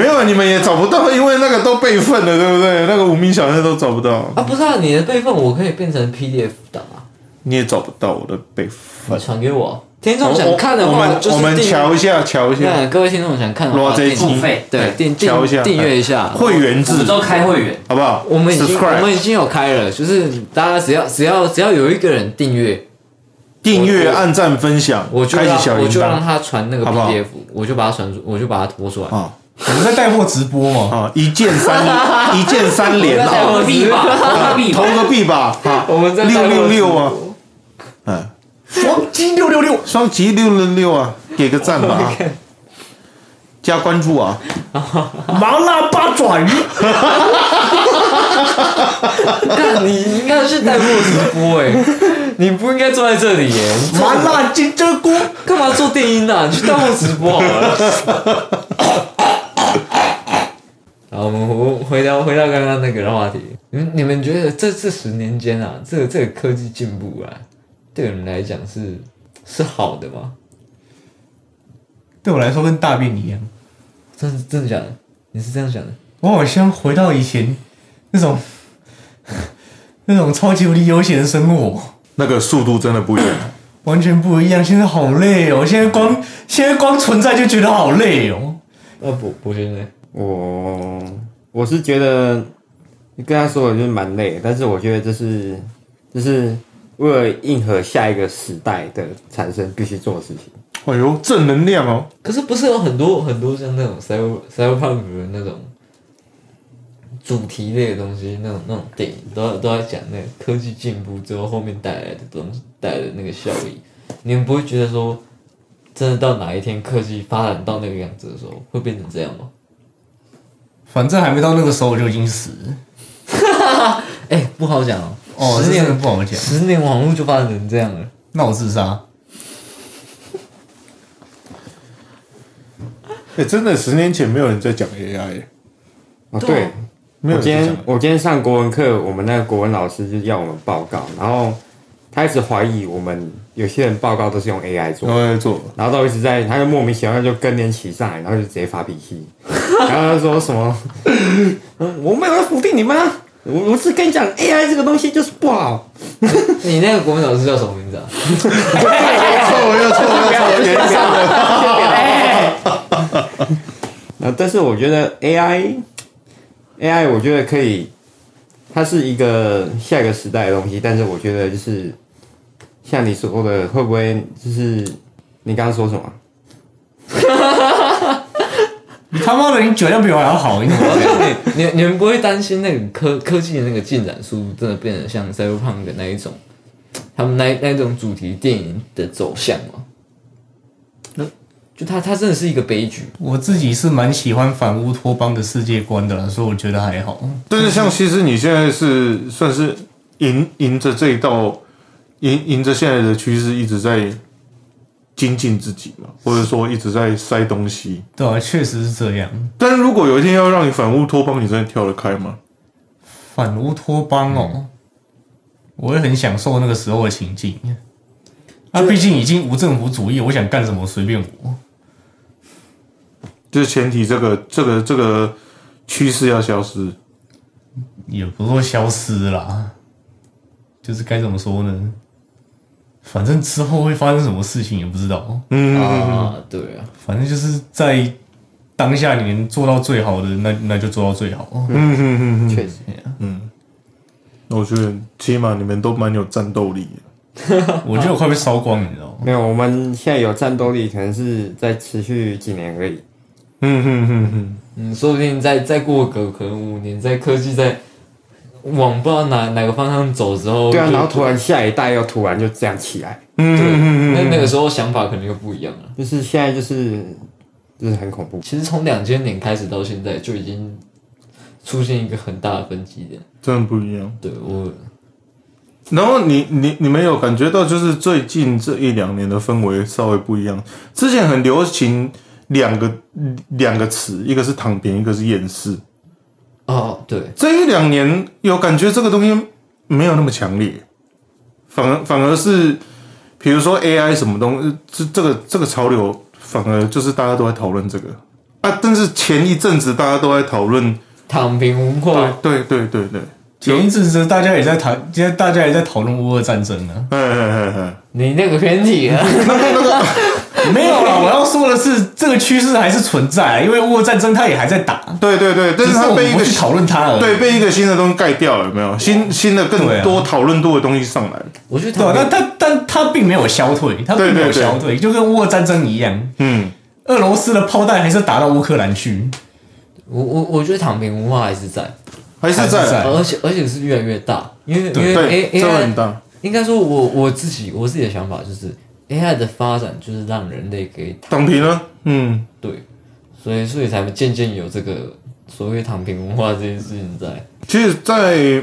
Speaker 2: 没有，你们也找不到，因为那个都备份了，对不对？那个无名小站都找不到，
Speaker 3: 啊，不是啊，你的备份我可以变成 PDF 档啊，
Speaker 2: 你也找不到我的备
Speaker 3: 你
Speaker 2: 份。
Speaker 3: 传给我。听众想看的
Speaker 2: 我
Speaker 3: 话，
Speaker 2: 们
Speaker 3: 就是
Speaker 2: 我们
Speaker 3: 订阅
Speaker 2: 瞧一下，瞧一
Speaker 3: 那
Speaker 2: 下，
Speaker 3: 各位听众想看的
Speaker 2: 罗
Speaker 3: 话，
Speaker 2: 这一
Speaker 3: 订
Speaker 2: 期
Speaker 1: 付费
Speaker 3: 对订订
Speaker 2: 瞧一下，
Speaker 3: 订阅一下。
Speaker 2: 会员
Speaker 1: 我
Speaker 2: 制
Speaker 1: 们，都开会员，
Speaker 2: 好不好？
Speaker 3: 我们已经我
Speaker 2: subscribe
Speaker 3: 们已经有开了，就是大家只要只要只要有一个人订阅，
Speaker 2: 订阅、按赞、分享，
Speaker 3: 我就
Speaker 2: 开启
Speaker 3: 让
Speaker 2: 小
Speaker 3: 我
Speaker 2: 铃
Speaker 3: 就让
Speaker 2: 铛
Speaker 3: 他传那个
Speaker 2: 好不好
Speaker 3: PDF，我就把它传出，我就把它拖出来。
Speaker 2: 啊
Speaker 5: 我们在带货直播
Speaker 2: (laughs)
Speaker 5: 嘛，
Speaker 2: 啊！一键
Speaker 3: (laughs)
Speaker 2: 三一键三连啊！
Speaker 1: 投个币吧，投个
Speaker 2: (laughs)
Speaker 1: 币吧
Speaker 2: 投。个币吧，
Speaker 3: (laughs)
Speaker 2: 啊，
Speaker 3: 我们在
Speaker 2: 六
Speaker 3: 大陆
Speaker 2: 六六啊，嗯，
Speaker 5: 黄金六六六，
Speaker 2: 双击六六六啊，给个赞吧，
Speaker 3: (laughs)
Speaker 2: 啊加关注啊，
Speaker 5: 麻辣八爪鱼，
Speaker 3: 干，你应该去带货直播哎、你不应该坐在这里耶、
Speaker 5: 麻辣金针菇，
Speaker 3: 干嘛做电音啊？你去带货直播好了。好，我们回回到回到刚刚那个话题，你们你们觉得这这十年间啊，这个这个科技进步啊，对你们来讲是是好的吗？
Speaker 5: 对我来说跟大便一样。
Speaker 3: 真的真的假的？你是这样想的？
Speaker 5: 我好像回到以前那种 (laughs) 那种超级无敌悠闲的生活，
Speaker 2: 那个速度真的不一样，
Speaker 5: 完全不一样。现在好累哦，现在光现在光存在就觉得好累哦。
Speaker 3: 那博博轩呢？
Speaker 4: 我我是觉得你跟他说的就是蛮累的，但是我觉得这是这是为了应和下一个时代的产生必须做的事情。
Speaker 2: (coughs) 哎呦，正能量哦，
Speaker 3: 可是不是有很多很多像那种 cyber cyberpunk 的那种主题类的东西，那种那种电影都在都在讲那个科技进步之后后面带来的东西带来的那个效益，你们不会觉得说真的到哪一天科技发展到那个样子的时候会变成这样吗？
Speaker 5: 反正还没到那个时候，我就已经死了。
Speaker 3: 哎、不好讲哦，
Speaker 5: 哦，
Speaker 3: 十
Speaker 5: 这真的
Speaker 3: 年
Speaker 5: 不好讲。
Speaker 3: 十年网络就发展成这样了，
Speaker 5: 那我自杀，
Speaker 2: 哎，真的十年前没有人在讲 AI，
Speaker 4: 哦，
Speaker 3: 对
Speaker 4: 对，
Speaker 3: 啊
Speaker 2: 没有
Speaker 4: 我
Speaker 2: 人
Speaker 4: 今
Speaker 2: 在
Speaker 4: 天
Speaker 2: 讲，
Speaker 4: 我今天上国文课，我们那个国文老师就要我们报告，然后他一直怀疑我们有些人报告都是用 AI 做的
Speaker 2: 然，后在做，
Speaker 4: 然后都一直在，他就莫名其妙就更年期上来，然后就直接发脾
Speaker 2: (laughs)
Speaker 4: 气，然后他说什么， (laughs) 我没有要否定你们啊，我我是跟你讲 AI 这个东西就是不好，
Speaker 3: 你那个国文老师叫什么名字啊？
Speaker 2: 错又错又错，原谅了
Speaker 4: 啊，但是我觉得 AI AI 我觉得可以，它是一个下一个时代的东西，但是我觉得就是像你所说的，会不会就是你刚刚说什么？
Speaker 5: 你他妈的，你酒量比我还要好，你怎么这样
Speaker 3: (laughs) 你你们不会担心那个科科技的那个进展速度真的变得像 Cyberpunk 的那一种，他们那那种主题电影的走向吗？
Speaker 4: 嗯
Speaker 3: 那就它它真的是一个悲剧。
Speaker 5: (laughs) 我自己是蛮喜欢反乌托邦的世界观的啦，所以我觉得还好。
Speaker 2: 但是像其实你现在是算是迎迎着这一道，迎迎着现在的趋势一直在精进自己嘛，或者说一直在塞东西。
Speaker 5: 对啊，确实是这样。
Speaker 2: 但是如果有一天要让你反乌托邦，你真的跳得开吗？
Speaker 5: 反乌托邦哦，我会很享受那个时候的情境。那、毕竟已经无政府主义，我想干什么随便我。
Speaker 2: 就是前提这个这个这个趋势要消失。
Speaker 5: 也不是说消失啦，就是该怎么说呢？反正之后会发生什么事情也不知道，
Speaker 4: 嗯
Speaker 3: 啊，对啊，
Speaker 5: 反正就是在当下你能做到最好的，那那就做到最好。
Speaker 2: 嗯哼哼哼，
Speaker 4: 确实，
Speaker 2: 我觉得起码你们都蛮有战斗力的。
Speaker 5: 我觉得我快被烧光，你知道吗？
Speaker 4: 没有，我们现在有战斗力，可能是在持续几年而已。
Speaker 2: 嗯哼哼哼，
Speaker 3: 嗯，说不定再再过个可能五年，在科技在往不知道哪哪个方向走之
Speaker 2: 哦
Speaker 3: 后，
Speaker 4: 对啊，
Speaker 3: 就
Speaker 4: 然后突然下一代又突然就这样起来，
Speaker 2: 嗯哼哼
Speaker 3: 那
Speaker 2: 哼，
Speaker 3: 那个时候想法可能又不一样了。
Speaker 4: 就是现在就是就是很恐怖。
Speaker 3: 其实从两千年开始到现在，就已经出现一个很大的分歧点。
Speaker 2: 真的不一样。
Speaker 3: 对我，
Speaker 2: 然后你你你们有感觉到，就是最近这一两年的氛围稍微不一样。之前很流行两个两个词，一个是躺平，一个是厌世。
Speaker 3: 哦，对，
Speaker 2: 这一两年有感觉这个东西没有那么强烈，反而反而是，比如说 AI 什么东西，这这个这个潮流反而就是大家都在讨论这个啊。但是前一阵子大家都在讨论，
Speaker 3: 躺平文化，
Speaker 2: 对对对对，
Speaker 5: 前一阵子大家也在谈，今天大家也在讨论乌俄战争啊呢。
Speaker 2: 哎哎哎哎，
Speaker 3: 你那个偏题啊了。
Speaker 2: 啊
Speaker 5: (laughs) 没有啦，我要说的是，这个趋势还是存在，因为乌俄战争它也还在打，
Speaker 2: 对对对，但
Speaker 5: 只
Speaker 2: 是
Speaker 5: 是
Speaker 2: 它
Speaker 5: 我
Speaker 2: 被
Speaker 5: 们
Speaker 2: 一
Speaker 5: 不
Speaker 2: 个
Speaker 5: 去讨论它而已。
Speaker 2: 对，被一个新的东西盖掉了，有没有？新新的
Speaker 5: 对
Speaker 2: 更
Speaker 5: 啊
Speaker 2: 多讨论度的东西上来了。
Speaker 3: 我觉得
Speaker 5: 对啊
Speaker 3: 躺，
Speaker 5: 但
Speaker 3: 平，
Speaker 5: 但但它并没有消退，它并没有
Speaker 2: 对对对
Speaker 5: 消退，就跟乌俄战争一样，
Speaker 2: 嗯，
Speaker 5: 俄罗斯的炮弹还是打到乌克兰去。
Speaker 3: 我我我觉得躺平文化还是在，
Speaker 2: 还是
Speaker 5: 还是
Speaker 2: 在
Speaker 5: 在
Speaker 3: 而且而且是越来越大，因为因为 A
Speaker 2: 对，
Speaker 3: A
Speaker 2: 这个
Speaker 3: I
Speaker 2: 很大。
Speaker 3: 应该说我，我自己我自己的想法就是，AI 的发展就是让人类可以
Speaker 2: 躺平了，嗯，
Speaker 3: 对，所以所以才渐渐有这个所谓躺平文化这件事情在。
Speaker 2: 其实在，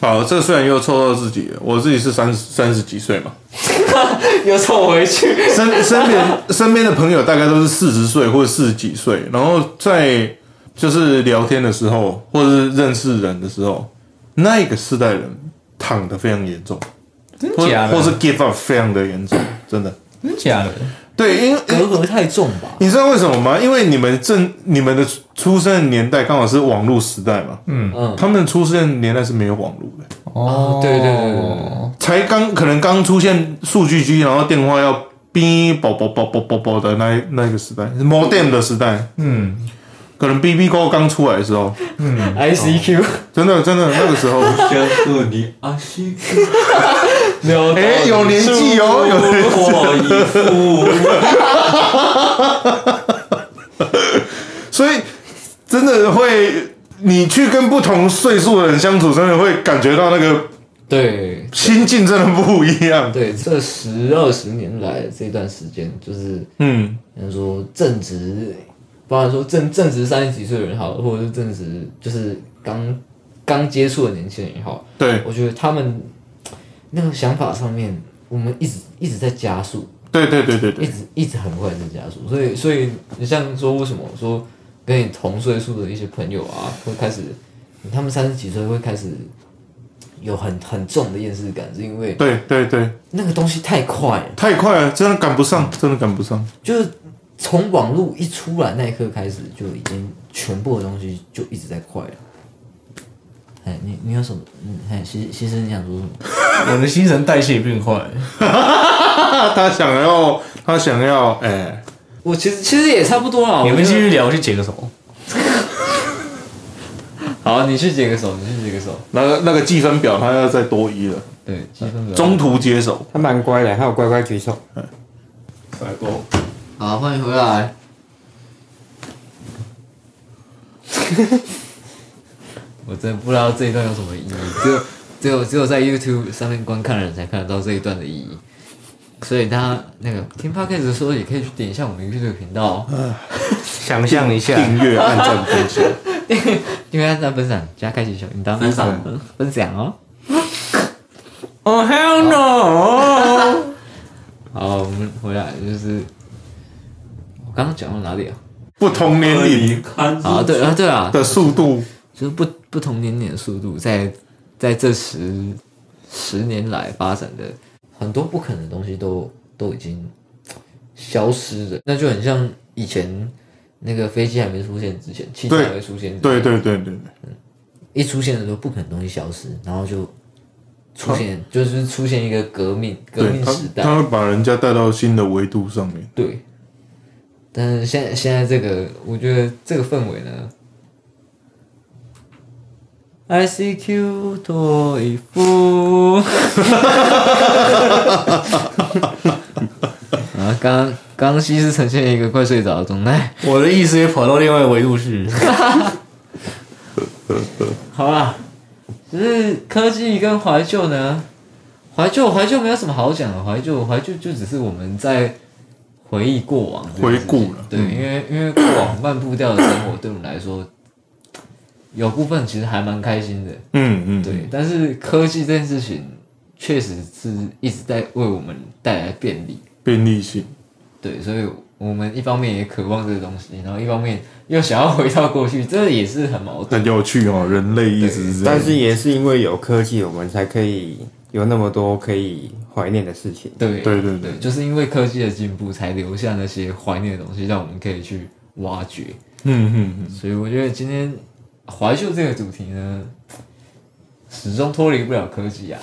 Speaker 2: 好，这虽然又抽到自己了，我自己是三三十几岁嘛，
Speaker 3: 又凑回去，
Speaker 2: 身身边身边的朋友大概都是四十岁或者四十几岁，然后在就是聊天的时候，或者是认识人的时候，那个世代人躺的非常严重，
Speaker 5: 真
Speaker 2: 或
Speaker 5: 假的？
Speaker 2: 或是 give up 非常的严重，真的。
Speaker 5: 真假的？
Speaker 2: 对，因为
Speaker 3: 隔阂太重吧？
Speaker 2: 你知道为什么吗？因为你们正你们的出生的年代刚好是网络时代嘛，
Speaker 3: 嗯，
Speaker 2: 他们出生的年代是没有网络的，
Speaker 3: 哦对对对对对
Speaker 2: 才刚可能刚出现数据机，然后电话要哔啵啵啵啵啵啵的那一那一个时代，modem 的时代，
Speaker 5: 嗯，
Speaker 2: 可能 BB 扣刚出来的时候，
Speaker 3: ，ICQ
Speaker 2: 真的真的那个时候，
Speaker 1: 告诉你阿西，
Speaker 3: 有
Speaker 2: 哎，有年纪哦，有年纪，
Speaker 1: 我一副
Speaker 2: 所以真的会，你去跟不同岁数的人相处，真的会感觉到那个
Speaker 3: 对
Speaker 2: 心境真的不一样。
Speaker 3: 对，这十二十年来这段时间，就是
Speaker 2: 嗯，
Speaker 3: 人说正值，包含说正正值三十几岁的人好，或者是正值就是刚刚接触的年轻人也好，
Speaker 2: 对
Speaker 3: 我觉得他们那个想法上面，我们一直一直在加速，
Speaker 2: 对对对对
Speaker 3: 一
Speaker 2: 对，
Speaker 3: 直一直很快在加速，所以所以你像说为什么说跟你同岁数的一些朋友啊，会开始，他们三十几岁会开始有很很重的厌世感，是因为
Speaker 2: 对对对，
Speaker 3: 那个东西太快了，
Speaker 2: 太快了，真的赶不上，真的赶不上。
Speaker 3: 就是从网络一出来那一刻开始，就已经全部的东西就一直在快了。哎，你你有什么？嗯，哎，其其实你想说什么？
Speaker 5: 我的新陈代谢变快。
Speaker 2: 他他想要，他想要，哎、
Speaker 3: 我其实其实也差不多啦。
Speaker 5: 你
Speaker 3: 我
Speaker 5: 们
Speaker 3: 觉
Speaker 5: 继
Speaker 3: 得
Speaker 5: 续聊，我去解个手。
Speaker 3: 好，你去解个手，你去解个手。
Speaker 2: 那个那个计分表他要再多一了，
Speaker 3: 对，积分表
Speaker 2: 中途接手。
Speaker 4: 他蛮乖的，还有乖乖举手。
Speaker 3: 好，欢迎回来。 (laughs) 我真的不知道这一段有什么意义，只有只有只有在 YouTube 上面观看的人才看得到这一段的意义。所以大家那个听 podcast 的时候，也可以去点一下我们的 YouTube 频道哦，
Speaker 4: 想象一下
Speaker 2: 订阅、
Speaker 4: (laughs)
Speaker 2: 按赞、分享，
Speaker 3: 因为按赞、分享加开启小铃铛，
Speaker 1: 分享
Speaker 3: 嗯分享哦。
Speaker 5: Oh hell no！
Speaker 3: 好，我们回来就是我刚刚讲到哪里啊？
Speaker 2: 不同年龄
Speaker 1: 看
Speaker 3: 啊，对啊，对啊，
Speaker 2: 的速度，
Speaker 3: 就是不不同年龄的速度在在这十十年来发展的很多不可能的东西都都已经消失了，那就很像以前那个飞机还没出现之前，汽车
Speaker 2: 对
Speaker 3: 还没出现之前，
Speaker 2: 对对对对对，
Speaker 3: 一出现的时候不可能东西消失，然后就出现就是出现一个革命革
Speaker 2: 对
Speaker 3: 命
Speaker 2: 他
Speaker 3: 时代，
Speaker 2: 他会把人家带到新的维度上面。
Speaker 3: 对，但是现在现在这个，我觉得这个氛围呢，I C Q 脱衣服。啊，刚刚刚西是呈现一个快睡着的状态。
Speaker 5: 我的意思也跑到另外一个维
Speaker 2: (laughs)
Speaker 5: 度去。
Speaker 3: 好啦，只是科技跟怀旧呢，怀旧怀旧没有什么好讲的，怀旧怀旧就只是我们在回忆过往这件事
Speaker 2: 回
Speaker 3: 情，
Speaker 2: 顾了嗯
Speaker 3: 对，因为因为过往慢步调的生活对我们来说，有部分其实还蛮开心的，
Speaker 2: 嗯嗯，
Speaker 3: 对，但是科技这件事情确实是一直在为我们带来便利，
Speaker 2: 便利性，
Speaker 3: 对，所以我们一方面也渴望这个东西，然后一方面又想要回到过去，这也是很矛
Speaker 2: 很
Speaker 3: 盾。
Speaker 2: 有趣哦。人类一直是这样，
Speaker 4: 但是也是因为有科技，我们才可以有那么多可以怀念的事情。
Speaker 3: 对
Speaker 2: 对对对
Speaker 3: 对，就是因为科技的进步，才留下那些怀念的东西，让我们可以去挖掘。
Speaker 2: 嗯嗯嗯，
Speaker 3: 所以我觉得今天怀旧这个主题呢，始终脱离不了科技啊。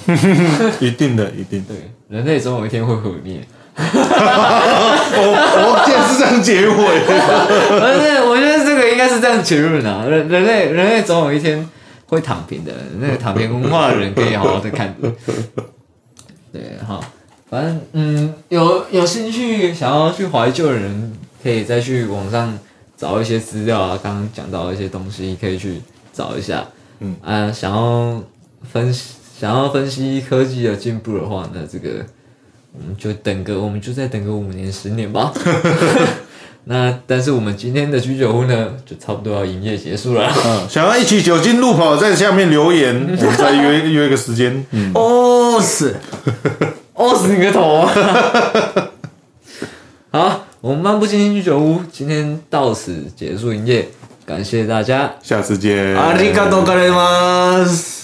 Speaker 2: 一定的，一定的。
Speaker 3: 对，人类总有一天会毁灭。
Speaker 2: 我哦竟然是这样结 (laughs) 尾，
Speaker 3: 不是，我觉得这个应该是这样结论啊。人人类人类总有一天会躺平的，那个躺平文化的人可以好好的看。对，好，反正嗯，有有兴趣想要去怀旧的人，可以再去网上找一些资料啊。刚刚讲到一些东西，可以去找一下。
Speaker 2: 嗯
Speaker 3: 啊、想要分析想要分析科技的进步的话，那这个我们就等个，我们就再等个五年十年吧。那但是我们今天的居酒屋呢，就差不多要营业结束了。 (laughs)
Speaker 2: 嗯，想要一起酒精路跑，在下面留言， (laughs) 我们再约约个时间。嗯，
Speaker 5: 哦，是
Speaker 3: 哦，死你个头啊！ (laughs) 好，我们漫步今天居酒屋，今天到此结束营业，感谢大家。
Speaker 2: 下次见。
Speaker 5: ありがとうございます。